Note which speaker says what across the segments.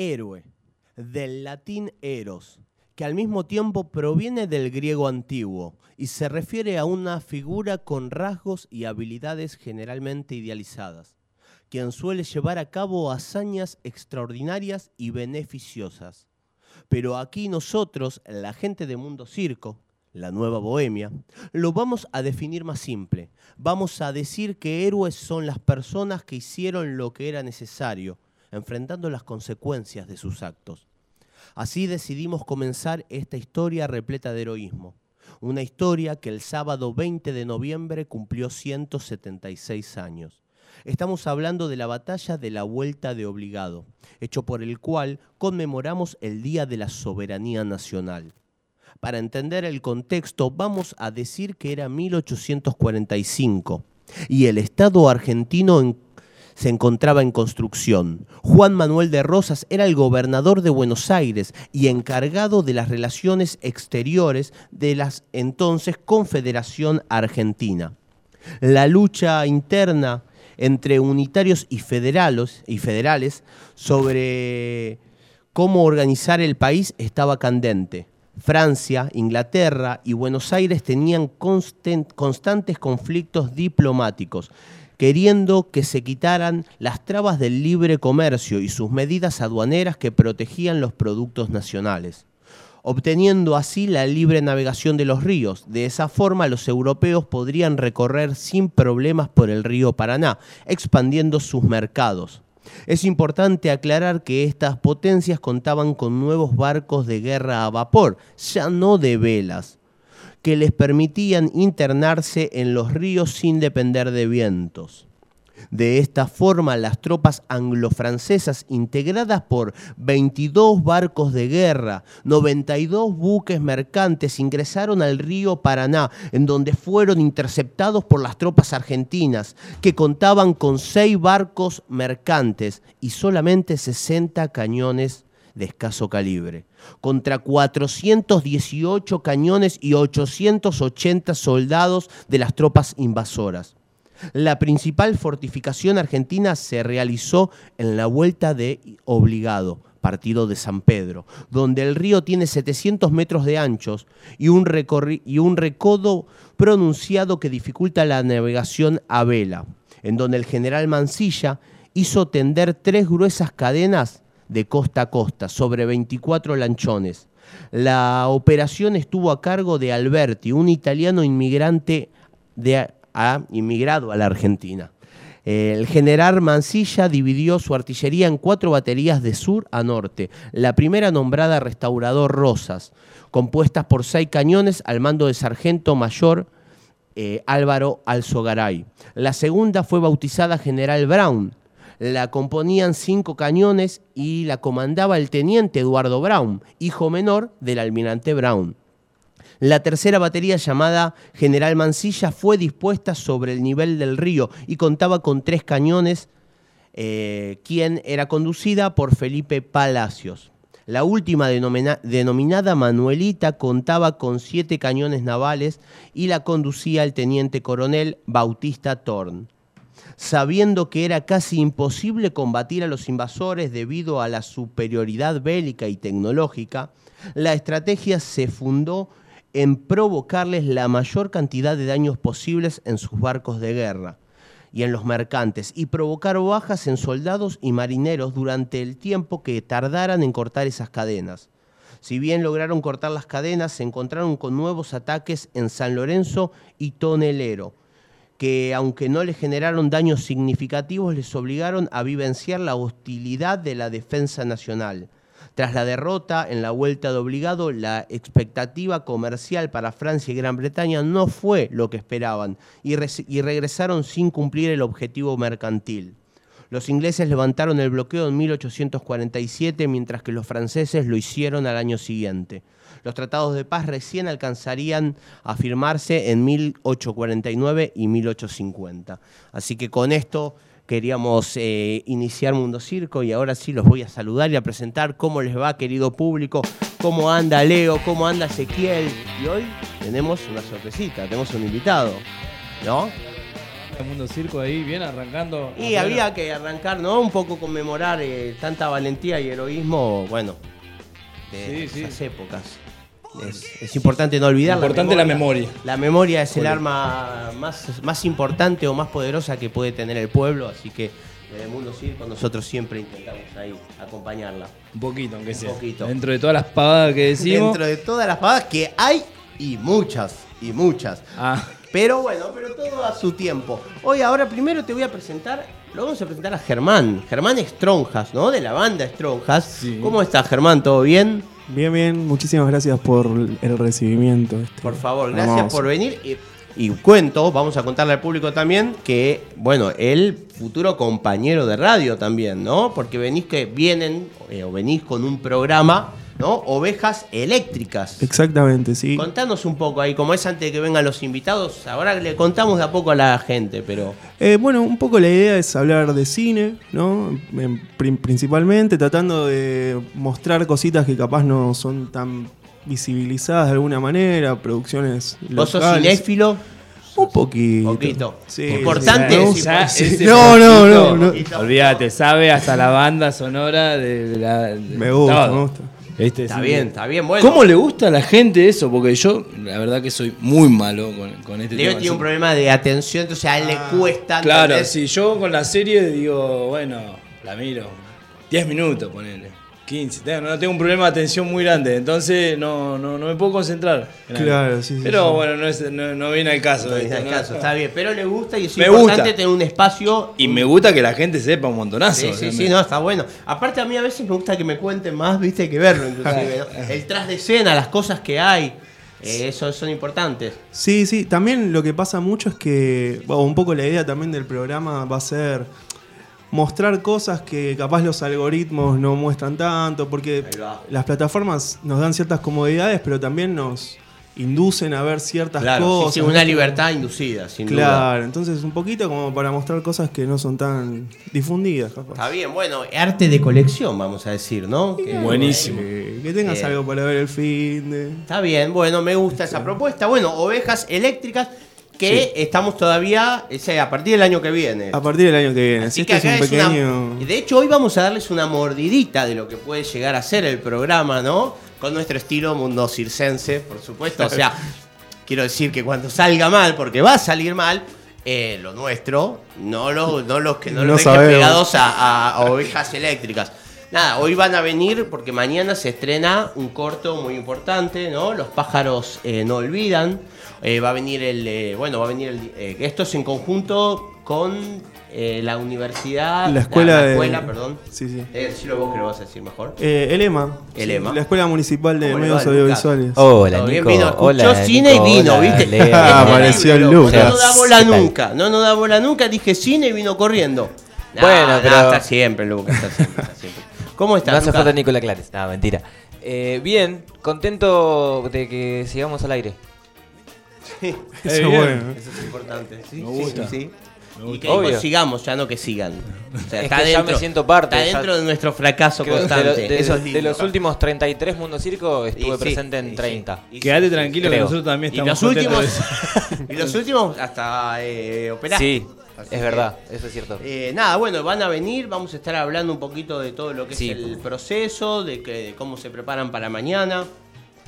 Speaker 1: héroe, del latín eros, que al mismo tiempo proviene del griego antiguo y se refiere a una figura con rasgos y habilidades generalmente idealizadas, quien suele llevar a cabo hazañas extraordinarias y beneficiosas. Pero aquí nosotros, la gente de Mundo Circo, la nueva bohemia, lo vamos a definir más simple. Vamos a decir que héroes son las personas que hicieron lo que era necesario, enfrentando las consecuencias de sus actos. Así decidimos comenzar esta historia repleta de heroísmo. Una historia que el sábado 20 de noviembre cumplió 176 años. Estamos hablando de la batalla de la Vuelta de Obligado, hecho por el cual conmemoramos el Día de la Soberanía Nacional. Para entender el contexto, vamos a decir que era 1845 y el Estado argentino en se encontraba en construcción. Juan Manuel de Rosas era el gobernador de Buenos Aires y encargado de las relaciones exteriores de la entonces Confederación Argentina. La lucha interna entre unitarios y, federalos, y federales sobre cómo organizar el país estaba candente. Francia, Inglaterra y Buenos Aires tenían constantes conflictos diplomáticos queriendo que se quitaran las trabas del libre comercio y sus medidas aduaneras que protegían los productos nacionales, obteniendo así la libre navegación de los ríos. De esa forma los europeos podrían recorrer sin problemas por el río Paraná, expandiendo sus mercados. Es importante aclarar que estas potencias contaban con nuevos barcos de guerra a vapor, ya no de velas que les permitían internarse en los ríos sin depender de vientos. De esta forma, las tropas anglofrancesas, integradas por 22 barcos de guerra, 92 buques mercantes, ingresaron al río Paraná, en donde fueron interceptados por las tropas argentinas, que contaban con 6 barcos mercantes y solamente 60 cañones de escaso calibre, contra 418 cañones y 880 soldados de las tropas invasoras. La principal fortificación argentina se realizó en la vuelta de Obligado, partido de San Pedro, donde el río tiene 700 metros de anchos y un, y un recodo pronunciado que dificulta la navegación a vela, en donde el general Mansilla hizo tender tres gruesas cadenas de costa a costa, sobre 24 lanchones. La operación estuvo a cargo de Alberti, un italiano inmigrante de, a, a, inmigrado a la Argentina. El general Mansilla dividió su artillería en cuatro baterías de sur a norte, la primera nombrada Restaurador Rosas, compuestas por seis cañones al mando de sargento mayor eh, Álvaro Alzogaray. La segunda fue bautizada General Brown, la componían cinco cañones y la comandaba el teniente Eduardo Brown, hijo menor del almirante Brown. La tercera batería llamada General Mansilla fue dispuesta sobre el nivel del río y contaba con tres cañones, eh, quien era conducida por Felipe Palacios. La última denomina, denominada Manuelita contaba con siete cañones navales y la conducía el teniente coronel Bautista Torn sabiendo que era casi imposible combatir a los invasores debido a la superioridad bélica y tecnológica, la estrategia se fundó en provocarles la mayor cantidad de daños posibles en sus barcos de guerra y en los mercantes, y provocar bajas en soldados y marineros durante el tiempo que tardaran en cortar esas cadenas. Si bien lograron cortar las cadenas, se encontraron con nuevos ataques en San Lorenzo y Tonelero, que aunque no les generaron daños significativos, les obligaron a vivenciar la hostilidad de la defensa nacional. Tras la derrota en la vuelta de obligado, la expectativa comercial para Francia y Gran Bretaña no fue lo que esperaban y, y regresaron sin cumplir el objetivo mercantil. Los ingleses levantaron el bloqueo en 1847, mientras que los franceses lo hicieron al año siguiente. Los tratados de paz recién alcanzarían a firmarse en 1849 y 1850. Así que con esto queríamos eh, iniciar Mundo Circo y ahora sí los voy a saludar y a presentar cómo les va, querido público, cómo anda Leo, cómo anda Ezequiel. Y hoy tenemos una sorpresita, tenemos un invitado, ¿no?
Speaker 2: Este mundo circo ahí, bien arrancando.
Speaker 3: Ah,
Speaker 1: Y
Speaker 2: apenas.
Speaker 1: había que arrancar, ¿no? Un poco conmemorar eh, tanta valentía y heroísmo, bueno, de
Speaker 2: Sí, sí.
Speaker 1: esas épocas. Es, es importante no olvidar.
Speaker 3: Importante la memoria.
Speaker 1: La memoria es el arma más, más importante o más poderosa que puede tener el pueblo, así que desde el mundo circo nosotros siempre intentamos ahí acompañarla.
Speaker 3: Un poquito, aunque sea.
Speaker 1: poquito.
Speaker 2: Dentro de todas las pavadas que decimos.
Speaker 1: Dentro de todas las pavadas que hay y muchas, y muchas.
Speaker 2: Ah,
Speaker 1: Pero bueno, pero todo a su tiempo. Hoy ahora primero te voy a presentar, lo vamos a presentar a Germán, Germán Estronjas, ¿no? De la banda Estronjas.
Speaker 2: Sí.
Speaker 1: ¿Cómo estás, Germán? ¿Todo bien?
Speaker 4: Bien, bien, muchísimas gracias por el recibimiento. este,
Speaker 1: Por favor, gracias
Speaker 4: hermoso.
Speaker 1: por venir. Y, y cuento, vamos a contarle al público también que, bueno, el futuro compañero de radio también, ¿no? Porque venís que vienen eh, o venís con un programa, ¿no? Ovejas eléctricas.
Speaker 4: Exactamente, sí.
Speaker 1: Contanos un poco ahí, como es antes de que vengan los invitados, ahora le contamos de a poco a la gente, pero
Speaker 4: Eh, bueno, un poco la idea es hablar de cine, ¿no? En- prin- principalmente tratando de mostrar cositas que capaz no son tan visibilizadas de alguna manera, producciones
Speaker 1: vos sos
Speaker 4: locales.
Speaker 1: cinéfilo.
Speaker 4: Un poquito.
Speaker 1: Poquito.
Speaker 4: Sí,
Speaker 1: Importante
Speaker 4: sí, me
Speaker 1: es- Ya
Speaker 4: gusta. ese No, no, no, no.
Speaker 1: poquito.
Speaker 2: Olvídate, sabe hasta la banda sonora de la. de
Speaker 4: Me gusta,
Speaker 2: todo.
Speaker 4: me gusta.
Speaker 3: Este,
Speaker 1: Está
Speaker 3: sí.
Speaker 1: bien, está bien, bueno.
Speaker 3: ¿Cómo le gusta a la gente eso? Porque yo, la verdad que soy muy malo con, con este
Speaker 1: Leo
Speaker 3: tema.
Speaker 1: tiene un problema de atención, entonces a él le cuesta.
Speaker 3: Ah, Claro,
Speaker 1: ¿entendés?
Speaker 3: si yo con la serie digo, bueno, la miro 10 minutos, ponele. 15, tengo- no tengo un problema de atención muy grande, entonces no, no, no me puedo concentrar. en algo.
Speaker 4: Claro, sí, sí,
Speaker 3: Pero
Speaker 4: sí.
Speaker 3: bueno, no, es- no, no viene al caso.
Speaker 1: No,
Speaker 3: esto,
Speaker 1: está el
Speaker 3: ¿no?
Speaker 1: caso, está bien, pero le gusta y es
Speaker 3: Me
Speaker 1: importante
Speaker 3: gusta.
Speaker 1: tener un espacio.
Speaker 3: Y me gusta que la gente sepa un montonazo.
Speaker 1: Sí, sí,
Speaker 3: realmente.
Speaker 1: sí, no, está bueno. Aparte a mí a veces me gusta que me cuenten más, viste, que verlo inclusive. ¿no? El tras de escena, las cosas que hay, eh, eso son importantes.
Speaker 4: Sí, sí, también lo que pasa mucho es que, bueno, un poco la idea también del programa va a ser mostrar cosas que capaz los algoritmos no muestran tanto, porque
Speaker 1: Ahí va.
Speaker 4: las plataformas nos dan ciertas comodidades, pero también nos inducen a ver ciertas
Speaker 1: Claro, sí,
Speaker 4: cosas.
Speaker 1: sí, una libertad inducida, sin duda.
Speaker 4: Claro, entonces un poquito como para mostrar cosas que no son tan difundidas, capaz.
Speaker 1: Está bien, bueno, arte de colección, vamos a decir, ¿no? Que-
Speaker 3: Buenísimo.
Speaker 4: Eh, que tengas
Speaker 1: Bien.
Speaker 4: algo para ver el fin de...
Speaker 1: Está bien, bueno, me gusta esa propuesta. Bueno, ovejas eléctricas que estamos todavía, o sea, a partir del año que viene.
Speaker 4: A partir del año que viene.
Speaker 1: Así
Speaker 4: Si
Speaker 1: que
Speaker 4: este es
Speaker 1: acá
Speaker 4: un
Speaker 1: es una-
Speaker 4: pequeño...
Speaker 1: De hecho, hoy vamos a darles una mordidita de lo que puede llegar a ser el programa, ¿no? Con nuestro estilo mundo circense, por supuesto. O sea, quiero decir que cuando salga mal, porque va a salir mal, eh, lo nuestro, no los, no los que no,
Speaker 4: No
Speaker 1: los dejen
Speaker 4: sabemos.
Speaker 1: pegados a, a- a ovejas eléctricas. Nada, hoy van a venir porque mañana se estrena un corto muy importante, ¿no? Los pájaros eh, no olvidan. Eh, va a venir el, eh, bueno, va a venir el, eh, esto es en conjunto con eh, la universidad,
Speaker 4: La escuela
Speaker 1: la,
Speaker 4: de-
Speaker 1: escuela, perdón.
Speaker 4: Sí, sí.
Speaker 1: Eh, decilo vos que lo vas a decir mejor.
Speaker 4: Eh, el EMA.
Speaker 1: El EMA.
Speaker 4: La Escuela Municipal de
Speaker 1: ¿Cómo le va,
Speaker 4: Medios
Speaker 1: Luca?
Speaker 4: Audiovisuales.
Speaker 5: Hola,
Speaker 1: Todo bien,
Speaker 5: Nico.
Speaker 1: vino, escuchó
Speaker 5: hola,
Speaker 1: cine
Speaker 5: Nico,
Speaker 1: y vino,
Speaker 5: hola,
Speaker 1: ¿viste?
Speaker 5: Leo.
Speaker 1: Es
Speaker 4: Ah, apareció
Speaker 1: terrible,
Speaker 4: el
Speaker 1: loco.
Speaker 5: Lucas.
Speaker 1: No da bola
Speaker 5: ¿Qué tal?
Speaker 1: nunca, no, no da bola nunca, dije cine y vino corriendo. Nah,
Speaker 5: Bueno,
Speaker 1: nah,
Speaker 5: pero-
Speaker 1: está siempre, Lucas, está siempre, está siempre. ¿Cómo estás,
Speaker 5: No hace
Speaker 1: Lucas?
Speaker 5: falta Nicola Clares. No, mentira. Eh, bien, contento de que sigamos al aire.
Speaker 3: Eh,
Speaker 4: Eso es
Speaker 3: bien.
Speaker 4: bueno.
Speaker 1: Eso es importante, sí,
Speaker 3: Me
Speaker 1: sí,
Speaker 3: gusta.
Speaker 1: sí. Y que
Speaker 5: Obvio.
Speaker 1: sigamos, ya no que sigan. O sea,
Speaker 5: Es
Speaker 1: está
Speaker 5: que ya
Speaker 1: dentro,
Speaker 5: me siento parte,
Speaker 1: Está
Speaker 5: ya-
Speaker 1: dentro de nuestro fracaso
Speaker 5: Creo que de,
Speaker 1: constante.
Speaker 5: lo- de-
Speaker 1: Eso es
Speaker 5: de
Speaker 1: lindo.
Speaker 5: los últimos 33 Mundo Circo
Speaker 1: Y
Speaker 5: estuve
Speaker 1: sí,
Speaker 5: presente
Speaker 1: y sí,
Speaker 5: en 30.
Speaker 1: y sí,
Speaker 3: Quédate
Speaker 1: sí, sí.
Speaker 3: tranquilo que
Speaker 5: creo.
Speaker 3: nosotros también
Speaker 1: Y
Speaker 3: estamos
Speaker 1: los
Speaker 3: contentos
Speaker 1: últimos.
Speaker 3: de eso.
Speaker 1: y los últimos hasta eh, operaste.
Speaker 5: Sí,
Speaker 1: Así
Speaker 5: es
Speaker 1: que,
Speaker 5: verdad, eso es cierto.
Speaker 1: eh, nada, bueno, van a venir, vamos a estar hablando un poquito de todo lo que
Speaker 5: Sí.
Speaker 1: es el proceso, de, que, de cómo se preparan para mañana.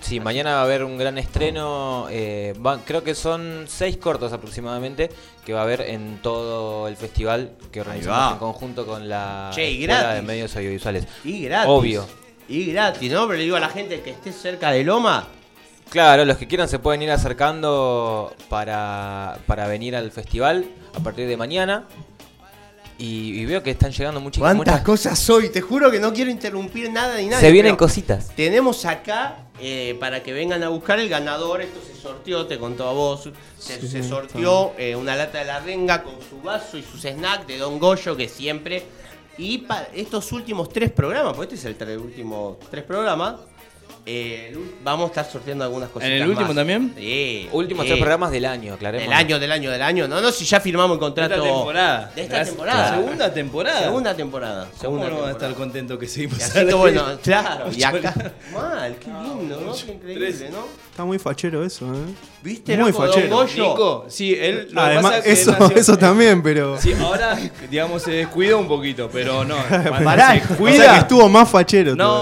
Speaker 5: Sí, mañana va a haber un gran estreno. eh, va- creo que son seis cortos aproximadamente que va a haber en todo el festival que
Speaker 1: va.
Speaker 5: organizamos en conjunto con la
Speaker 1: Che, y
Speaker 5: Escuela de
Speaker 1: gratis.
Speaker 5: Medios Audiovisuales.
Speaker 1: Y gratis.
Speaker 5: Obvio.
Speaker 1: Y gratis, ¿no? Pero le digo a la gente que esté cerca de Loma,
Speaker 5: Claro, los que quieran se pueden ir acercando para, para venir al festival a partir de mañana. Y, y veo que están llegando muchas,
Speaker 1: ¿Cuántas
Speaker 5: muchas
Speaker 1: cosas hoy? Te juro que no quiero interrumpir nada ni nada.
Speaker 5: Se vienen cositas.
Speaker 1: Tenemos acá eh, para que vengan a buscar el ganador. Esto se sorteó, te contó a vos. Se,
Speaker 4: Sí,
Speaker 1: se
Speaker 4: sí,
Speaker 1: sorteó eh, una lata de la renga con su vaso y sus snacks de Don Goyo, que siempre. Y para estos últimos tres programas, porque este es el tre- último tres programas, Eh, el ul- vamos a estar sorteando algunas cositas.
Speaker 3: el último
Speaker 1: más.
Speaker 3: también?
Speaker 1: Sí.
Speaker 5: Últimos
Speaker 1: sí.
Speaker 5: tres programas del año, aclaremos.
Speaker 1: Del año, del año, del año. No, no, si ya firmamos el
Speaker 3: De
Speaker 1: contrato.
Speaker 3: esta temporada.
Speaker 1: De esta
Speaker 3: La
Speaker 1: temporada.
Speaker 3: Segunda temporada.
Speaker 1: Segunda temporada.
Speaker 3: ¿Cómo
Speaker 1: Segunda
Speaker 3: no van a
Speaker 1: temporada.
Speaker 3: estar contentos que seguimos
Speaker 1: Y así
Speaker 3: adelante?
Speaker 1: todo, bueno, claro. Y
Speaker 3: Ocho
Speaker 1: acá. Mal, qué lindo, ¿no? Qué increíble, ¿no?
Speaker 4: Está muy fachero eso, ¿eh?
Speaker 1: ¿Viste,
Speaker 4: Muy
Speaker 1: loco, Don
Speaker 4: fachero.
Speaker 1: Goyo?
Speaker 3: Nico, sí, él lo que pasa
Speaker 4: Además,
Speaker 3: es que él
Speaker 4: eso,
Speaker 3: nació-
Speaker 4: eso también, pero.
Speaker 3: Sí, ahora, digamos, se descuida un poquito, pero no. cuando
Speaker 1: Pará,
Speaker 3: se
Speaker 1: o sea
Speaker 4: O sea, que estuvo más fachero todavía.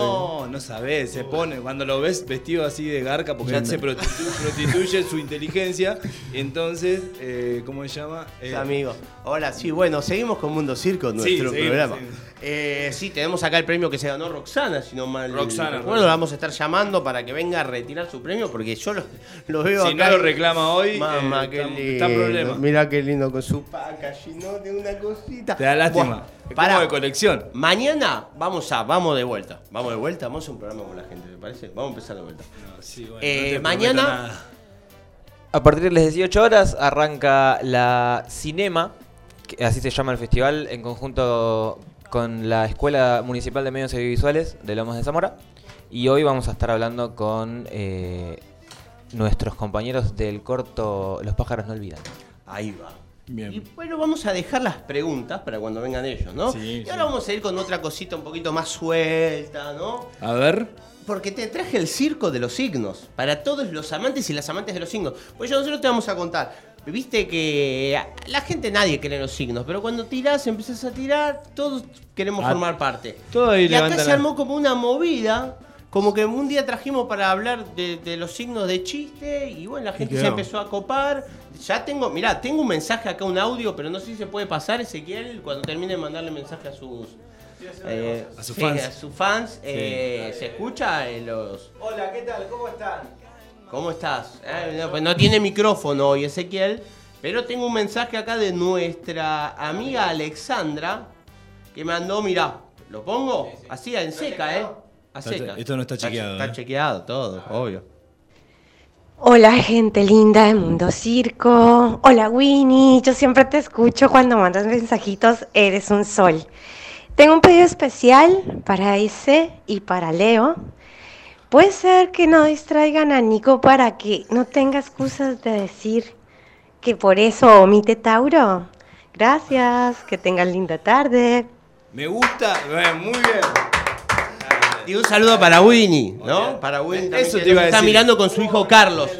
Speaker 3: No, no sabes, se pone, cuando lo ves vestido así de garca, porque ya se prostitu- prostituye su inteligencia, entonces, eh, ¿cómo se llama? Eh,
Speaker 1: Amigo, ahora sí, bueno, seguimos con Mundo Circo, nuestro
Speaker 3: Sí, seguimos,
Speaker 1: programa.
Speaker 3: seguimos.
Speaker 1: Eh, sí, tenemos acá el premio que se ganó Roxana, si no mal
Speaker 3: Roxana,
Speaker 1: recuerdo.
Speaker 3: Roxana.
Speaker 1: La vamos a estar llamando para que venga a retirar su premio, porque yo lo, lo veo
Speaker 3: si
Speaker 1: acá.
Speaker 3: no lo reclama hoy,
Speaker 1: Mamá,
Speaker 3: eh,
Speaker 1: qué
Speaker 3: está,
Speaker 1: lindo.
Speaker 3: está problema.
Speaker 1: Mirá qué lindo con su packaging, ¿no? De una cosita.
Speaker 3: Te da
Speaker 1: Buah,
Speaker 3: lástima. Es
Speaker 1: pará.
Speaker 3: como de colección.
Speaker 1: Mañana vamos a, vamos de vuelta. Vamos de vuelta, vamos a hacer un programa con la gente, ¿te parece? Vamos a empezar de vuelta.
Speaker 3: No, sí, bueno,
Speaker 1: Eh,
Speaker 3: te prometo
Speaker 1: mañana-
Speaker 3: nada.
Speaker 5: A partir de las 18 horas arranca la Cinema, que así se llama el festival, en conjunto con la Escuela Municipal de Medios Audiovisuales de Lomas de Zamora. Y hoy vamos a estar hablando con eh, nuestros compañeros del corto Los pájaros no olvidan.
Speaker 1: Ahí va.
Speaker 3: Bien.
Speaker 1: Y bueno, vamos a dejar las preguntas para cuando vengan ellos, ¿no?
Speaker 3: Sí,
Speaker 1: y ahora
Speaker 3: sí.
Speaker 1: vamos a ir con otra cosita un poquito más suelta, ¿no?
Speaker 3: A ver,
Speaker 1: Porque te traje el circo de los signos, para todos los amantes y las amantes de los signos. Pues yo nosotros te vamos a contar. Viste que la gente nadie cree en los signos, pero cuando tirás, empezás a tirar, todos queremos
Speaker 3: Ah,
Speaker 1: formar parte.
Speaker 3: todo ahí
Speaker 1: y acá
Speaker 3: levanta
Speaker 1: se
Speaker 3: la-
Speaker 1: armó como una movida, como que un día trajimos para hablar de, de los signos de chiste, y bueno, la gente se
Speaker 4: quedó.
Speaker 1: empezó a copar. Ya tengo, mirá, tengo un mensaje acá, un audio, pero no sé si se puede pasar, Ezequiel, cuando termine de mandarle mensaje a sus. eh,
Speaker 3: A sus
Speaker 1: sí,
Speaker 3: fans.
Speaker 1: a sus fans, eh, ¿se escucha? Eh, los... Hola, ¿qué tal? ¿Cómo están? ¿Cómo estás? Eh, no, pues no tiene micrófono hoy Ezequiel, pero tengo un mensaje acá de nuestra amiga Alexandra que mandó, mirá, ¿lo pongo? Así, en seca, ¿eh? A
Speaker 3: Está-
Speaker 1: seca.
Speaker 3: esto no está chequeado,
Speaker 1: Está,
Speaker 3: ¿eh?
Speaker 1: chequeado todo, obvio.
Speaker 6: Hola gente linda de Mundo Circo. Hola Winnie, yo siempre te escucho cuando mandas mensajitos, eres un sol. Tengo un pedido especial para ese y para Leo. Puede ser que no distraigan a Nico para que no tenga excusas de decir que por eso omite Tauro. Gracias, que tengan linda tarde.
Speaker 3: me gusta, eh, muy bien.
Speaker 1: Y un saludo para Winnie, ¿no? Para Winnie. también,
Speaker 3: Eso
Speaker 1: que
Speaker 3: te iba
Speaker 1: nos
Speaker 3: a
Speaker 1: Está
Speaker 3: decir.
Speaker 1: mirando con su hijo Carlos.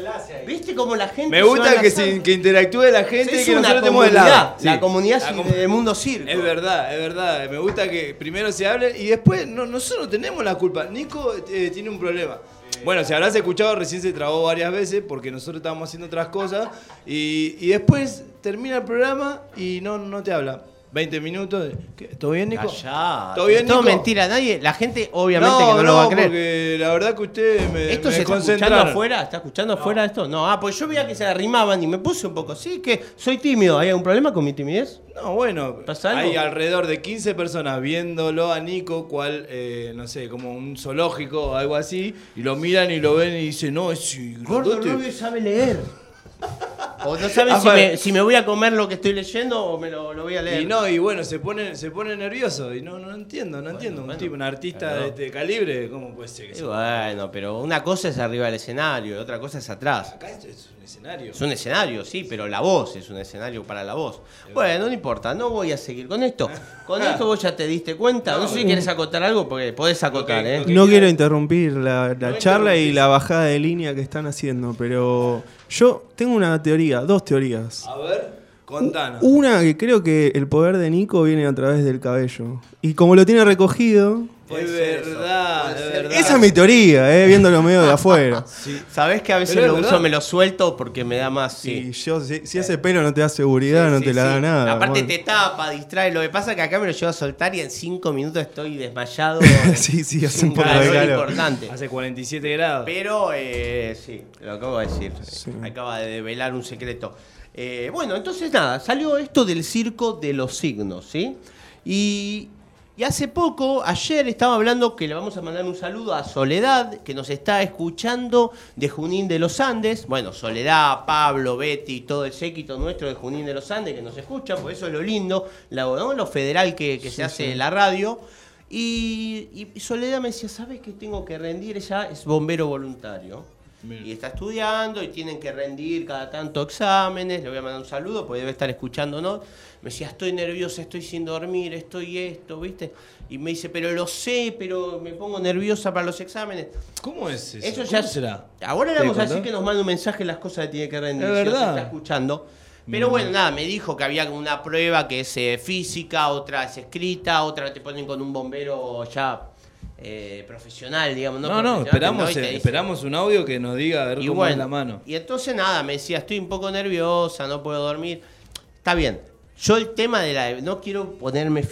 Speaker 1: ¿Viste cómo la gente
Speaker 3: Me
Speaker 1: se va
Speaker 3: gusta que,
Speaker 1: enlazando?
Speaker 3: se- que interactúe la gente y
Speaker 1: Es
Speaker 3: que
Speaker 1: una
Speaker 3: nosotros estemos de lado.
Speaker 1: comunidad, la
Speaker 3: Sí.
Speaker 1: comunidad
Speaker 3: La
Speaker 1: sin-
Speaker 3: comu-
Speaker 1: del mundo circo.
Speaker 3: Es verdad, es verdad. Me gusta que primero se hable y después no, nosotros no tenemos la culpa. Nico eh, tiene un problema. Bueno, si habrás escuchado, recién se trabó varias veces porque nosotros estábamos haciendo otras cosas y, y después termina el programa y no, no te habla. 20 minutos. ¿Qué? ¿Todo bien, Nico?
Speaker 1: Callate.
Speaker 3: ¿Todo bien,
Speaker 1: Todo
Speaker 3: Nico?
Speaker 1: mentira, nadie, la gente obviamente que no, lo va a creer.
Speaker 3: porque la verdad que usted me
Speaker 1: ¿Esto
Speaker 3: me
Speaker 1: se está escuchando
Speaker 3: desconcentraron.
Speaker 1: afuera? ¿Está escuchando afuera esto? No, ah, pues yo veía que se arrimaban y me puse un poco. Sí, que soy tímido. ¿Hay algún problema con mi timidez?
Speaker 3: No, bueno,
Speaker 1: ¿Pasa algo?
Speaker 3: hay alrededor de 15 personas viéndolo a Nico, cual, eh, no sé, como un zoológico o algo así, y lo miran y lo ven y dicen, no, es
Speaker 1: Gordo
Speaker 3: grandote".
Speaker 1: Rubio sabe leer. O no sabe
Speaker 3: Ah,
Speaker 1: si me,
Speaker 3: vale.
Speaker 1: si me voy a comer lo que estoy leyendo o me lo, lo voy a leer.
Speaker 3: Y no, y bueno, se pone, se pone nervioso, y no, no entiendo, no entiendo, un
Speaker 1: bueno,
Speaker 3: tipo, un artista
Speaker 1: claro.
Speaker 3: de este calibre, ¿cómo puede ser? que
Speaker 1: Y
Speaker 3: sea?
Speaker 1: bueno, pero una cosa es arriba del escenario y otra cosa es atrás.
Speaker 3: Acá esto es un escenario.
Speaker 1: Es un escenario, sí, pero la voz es un escenario para la voz. Bueno, no importa, no voy a seguir con esto. Con esto vos ya te diste cuenta. No sé si quieres acotar algo, porque podés acotar,
Speaker 3: Ok,
Speaker 1: ¿eh?
Speaker 3: ok.
Speaker 4: No quiero interrumpir la, la
Speaker 3: No
Speaker 4: charla y
Speaker 3: interrumpís.
Speaker 4: la bajada de línea que están haciendo, pero yo tengo una teoría, dos teorías.
Speaker 3: A ver, contanos.
Speaker 1: Uh,
Speaker 4: Una que creo que el poder de Nico viene a través del cabello. Y como lo tiene recogido,
Speaker 3: es verdad, es verdad.
Speaker 4: esa es mi teoría, eh, viéndolo medio de afuera.
Speaker 1: Sabés que a veces
Speaker 3: Pero es
Speaker 1: lo
Speaker 3: verdad.
Speaker 1: uso, me lo suelto porque me da más. Sí. Eh,
Speaker 4: Y yo, si, si ese pelo no te da seguridad, no
Speaker 1: Sí,
Speaker 4: te la
Speaker 1: sí.
Speaker 4: da nada.
Speaker 1: Aparte
Speaker 4: bueno.
Speaker 1: te tapa, distrae. Lo que pasa es que acá me lo llevo a soltar y en cinco minutos estoy desmayado.
Speaker 4: Sí, sí, hace
Speaker 1: Sin
Speaker 4: un poco de
Speaker 1: calor
Speaker 4: calor.
Speaker 1: importante.
Speaker 3: Hace 47 grados.
Speaker 1: Pero, eh, sí, lo acabo de decir.
Speaker 4: Sí.
Speaker 1: Acaba de develar un secreto. Eh, bueno, entonces nada, salió esto del circo de los signos, ¿sí? Y, y hace poco, ayer estaba hablando que le vamos a mandar un saludo a Soledad, que nos está escuchando de Junín de los Andes. Bueno, Soledad, Pablo, Betty, todo el séquito nuestro de Junín pues de los Andes que nos escuchan, por eso es lo lindo, la- ¿no? lo federal que, que se hace en la radio. Y, y- y Soledad me decía, ¿sabes qué tengo que rendir? Ella es bombero voluntario. Y está estudiando y tienen que rendir cada tanto exámenes. Le voy a mandar un saludo porque debe estar escuchándonos. Me decía, estoy nerviosa, estoy sin dormir, estoy esto, ¿viste? Y me dice, pero lo sé, pero me pongo nerviosa para los exámenes.
Speaker 3: ¿Cómo es eso?
Speaker 1: Eso
Speaker 3: ¿Cómo
Speaker 1: ya
Speaker 3: será?
Speaker 1: Ahora le
Speaker 3: ¿Te
Speaker 1: vamos a
Speaker 3: contó?
Speaker 1: decir que nos manda un mensaje las cosas que tiene que rendir.
Speaker 3: Es
Speaker 1: si no se
Speaker 3: verdad.
Speaker 1: está escuchando. Pero bueno, nada, me dijo que había una prueba que es eh, física, otra es escrita, otra te ponen con un bombero ya eh, profesional, digamos. No,
Speaker 3: No, no,
Speaker 1: profesional,
Speaker 3: esperamos,
Speaker 1: que no, y te
Speaker 3: eh,
Speaker 1: dice-
Speaker 3: esperamos un audio que nos diga a ver
Speaker 1: y
Speaker 3: cómo
Speaker 1: bueno,
Speaker 3: es la mano.
Speaker 1: Y entonces nada, me decía, estoy un poco nerviosa, no puedo dormir. Está bien. Yo el tema de la... No quiero ponerme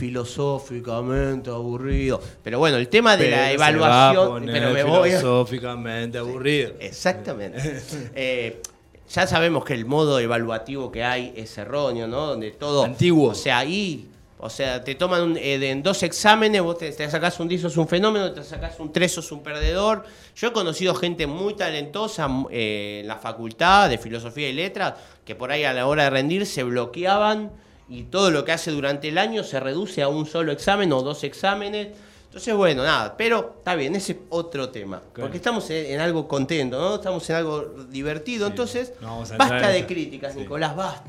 Speaker 1: filosóficamente aburrido, pero bueno, el tema de la evaluación... Pero me voy a...
Speaker 3: filosóficamente aburrido.
Speaker 1: Exactamente. Eh, ya sabemos que el modo evaluativo que hay es erróneo, ¿no? Donde todo.
Speaker 3: Antiguo.
Speaker 1: O sea, ahí. O sea, te toman un- eh, de- en dos exámenes, vos te, te sacás un 10, sos un fenómeno, te sacás un 3, sos un perdedor. Yo he conocido gente muy talentosa m- eh, en la facultad de filosofía y letras, que por ahí a la hora de rendir se bloqueaban y todo lo que hace durante el año se reduce a un solo examen o dos exámenes. Entonces, bueno, nada, pero está bien, ese es otro tema. Porque estamos en, en algo contento, ¿no? Estamos en algo divertido. Entonces,
Speaker 3: no vamos a
Speaker 1: basta
Speaker 3: entrar en
Speaker 1: de
Speaker 3: eso.
Speaker 1: críticas, Nicolás, basta.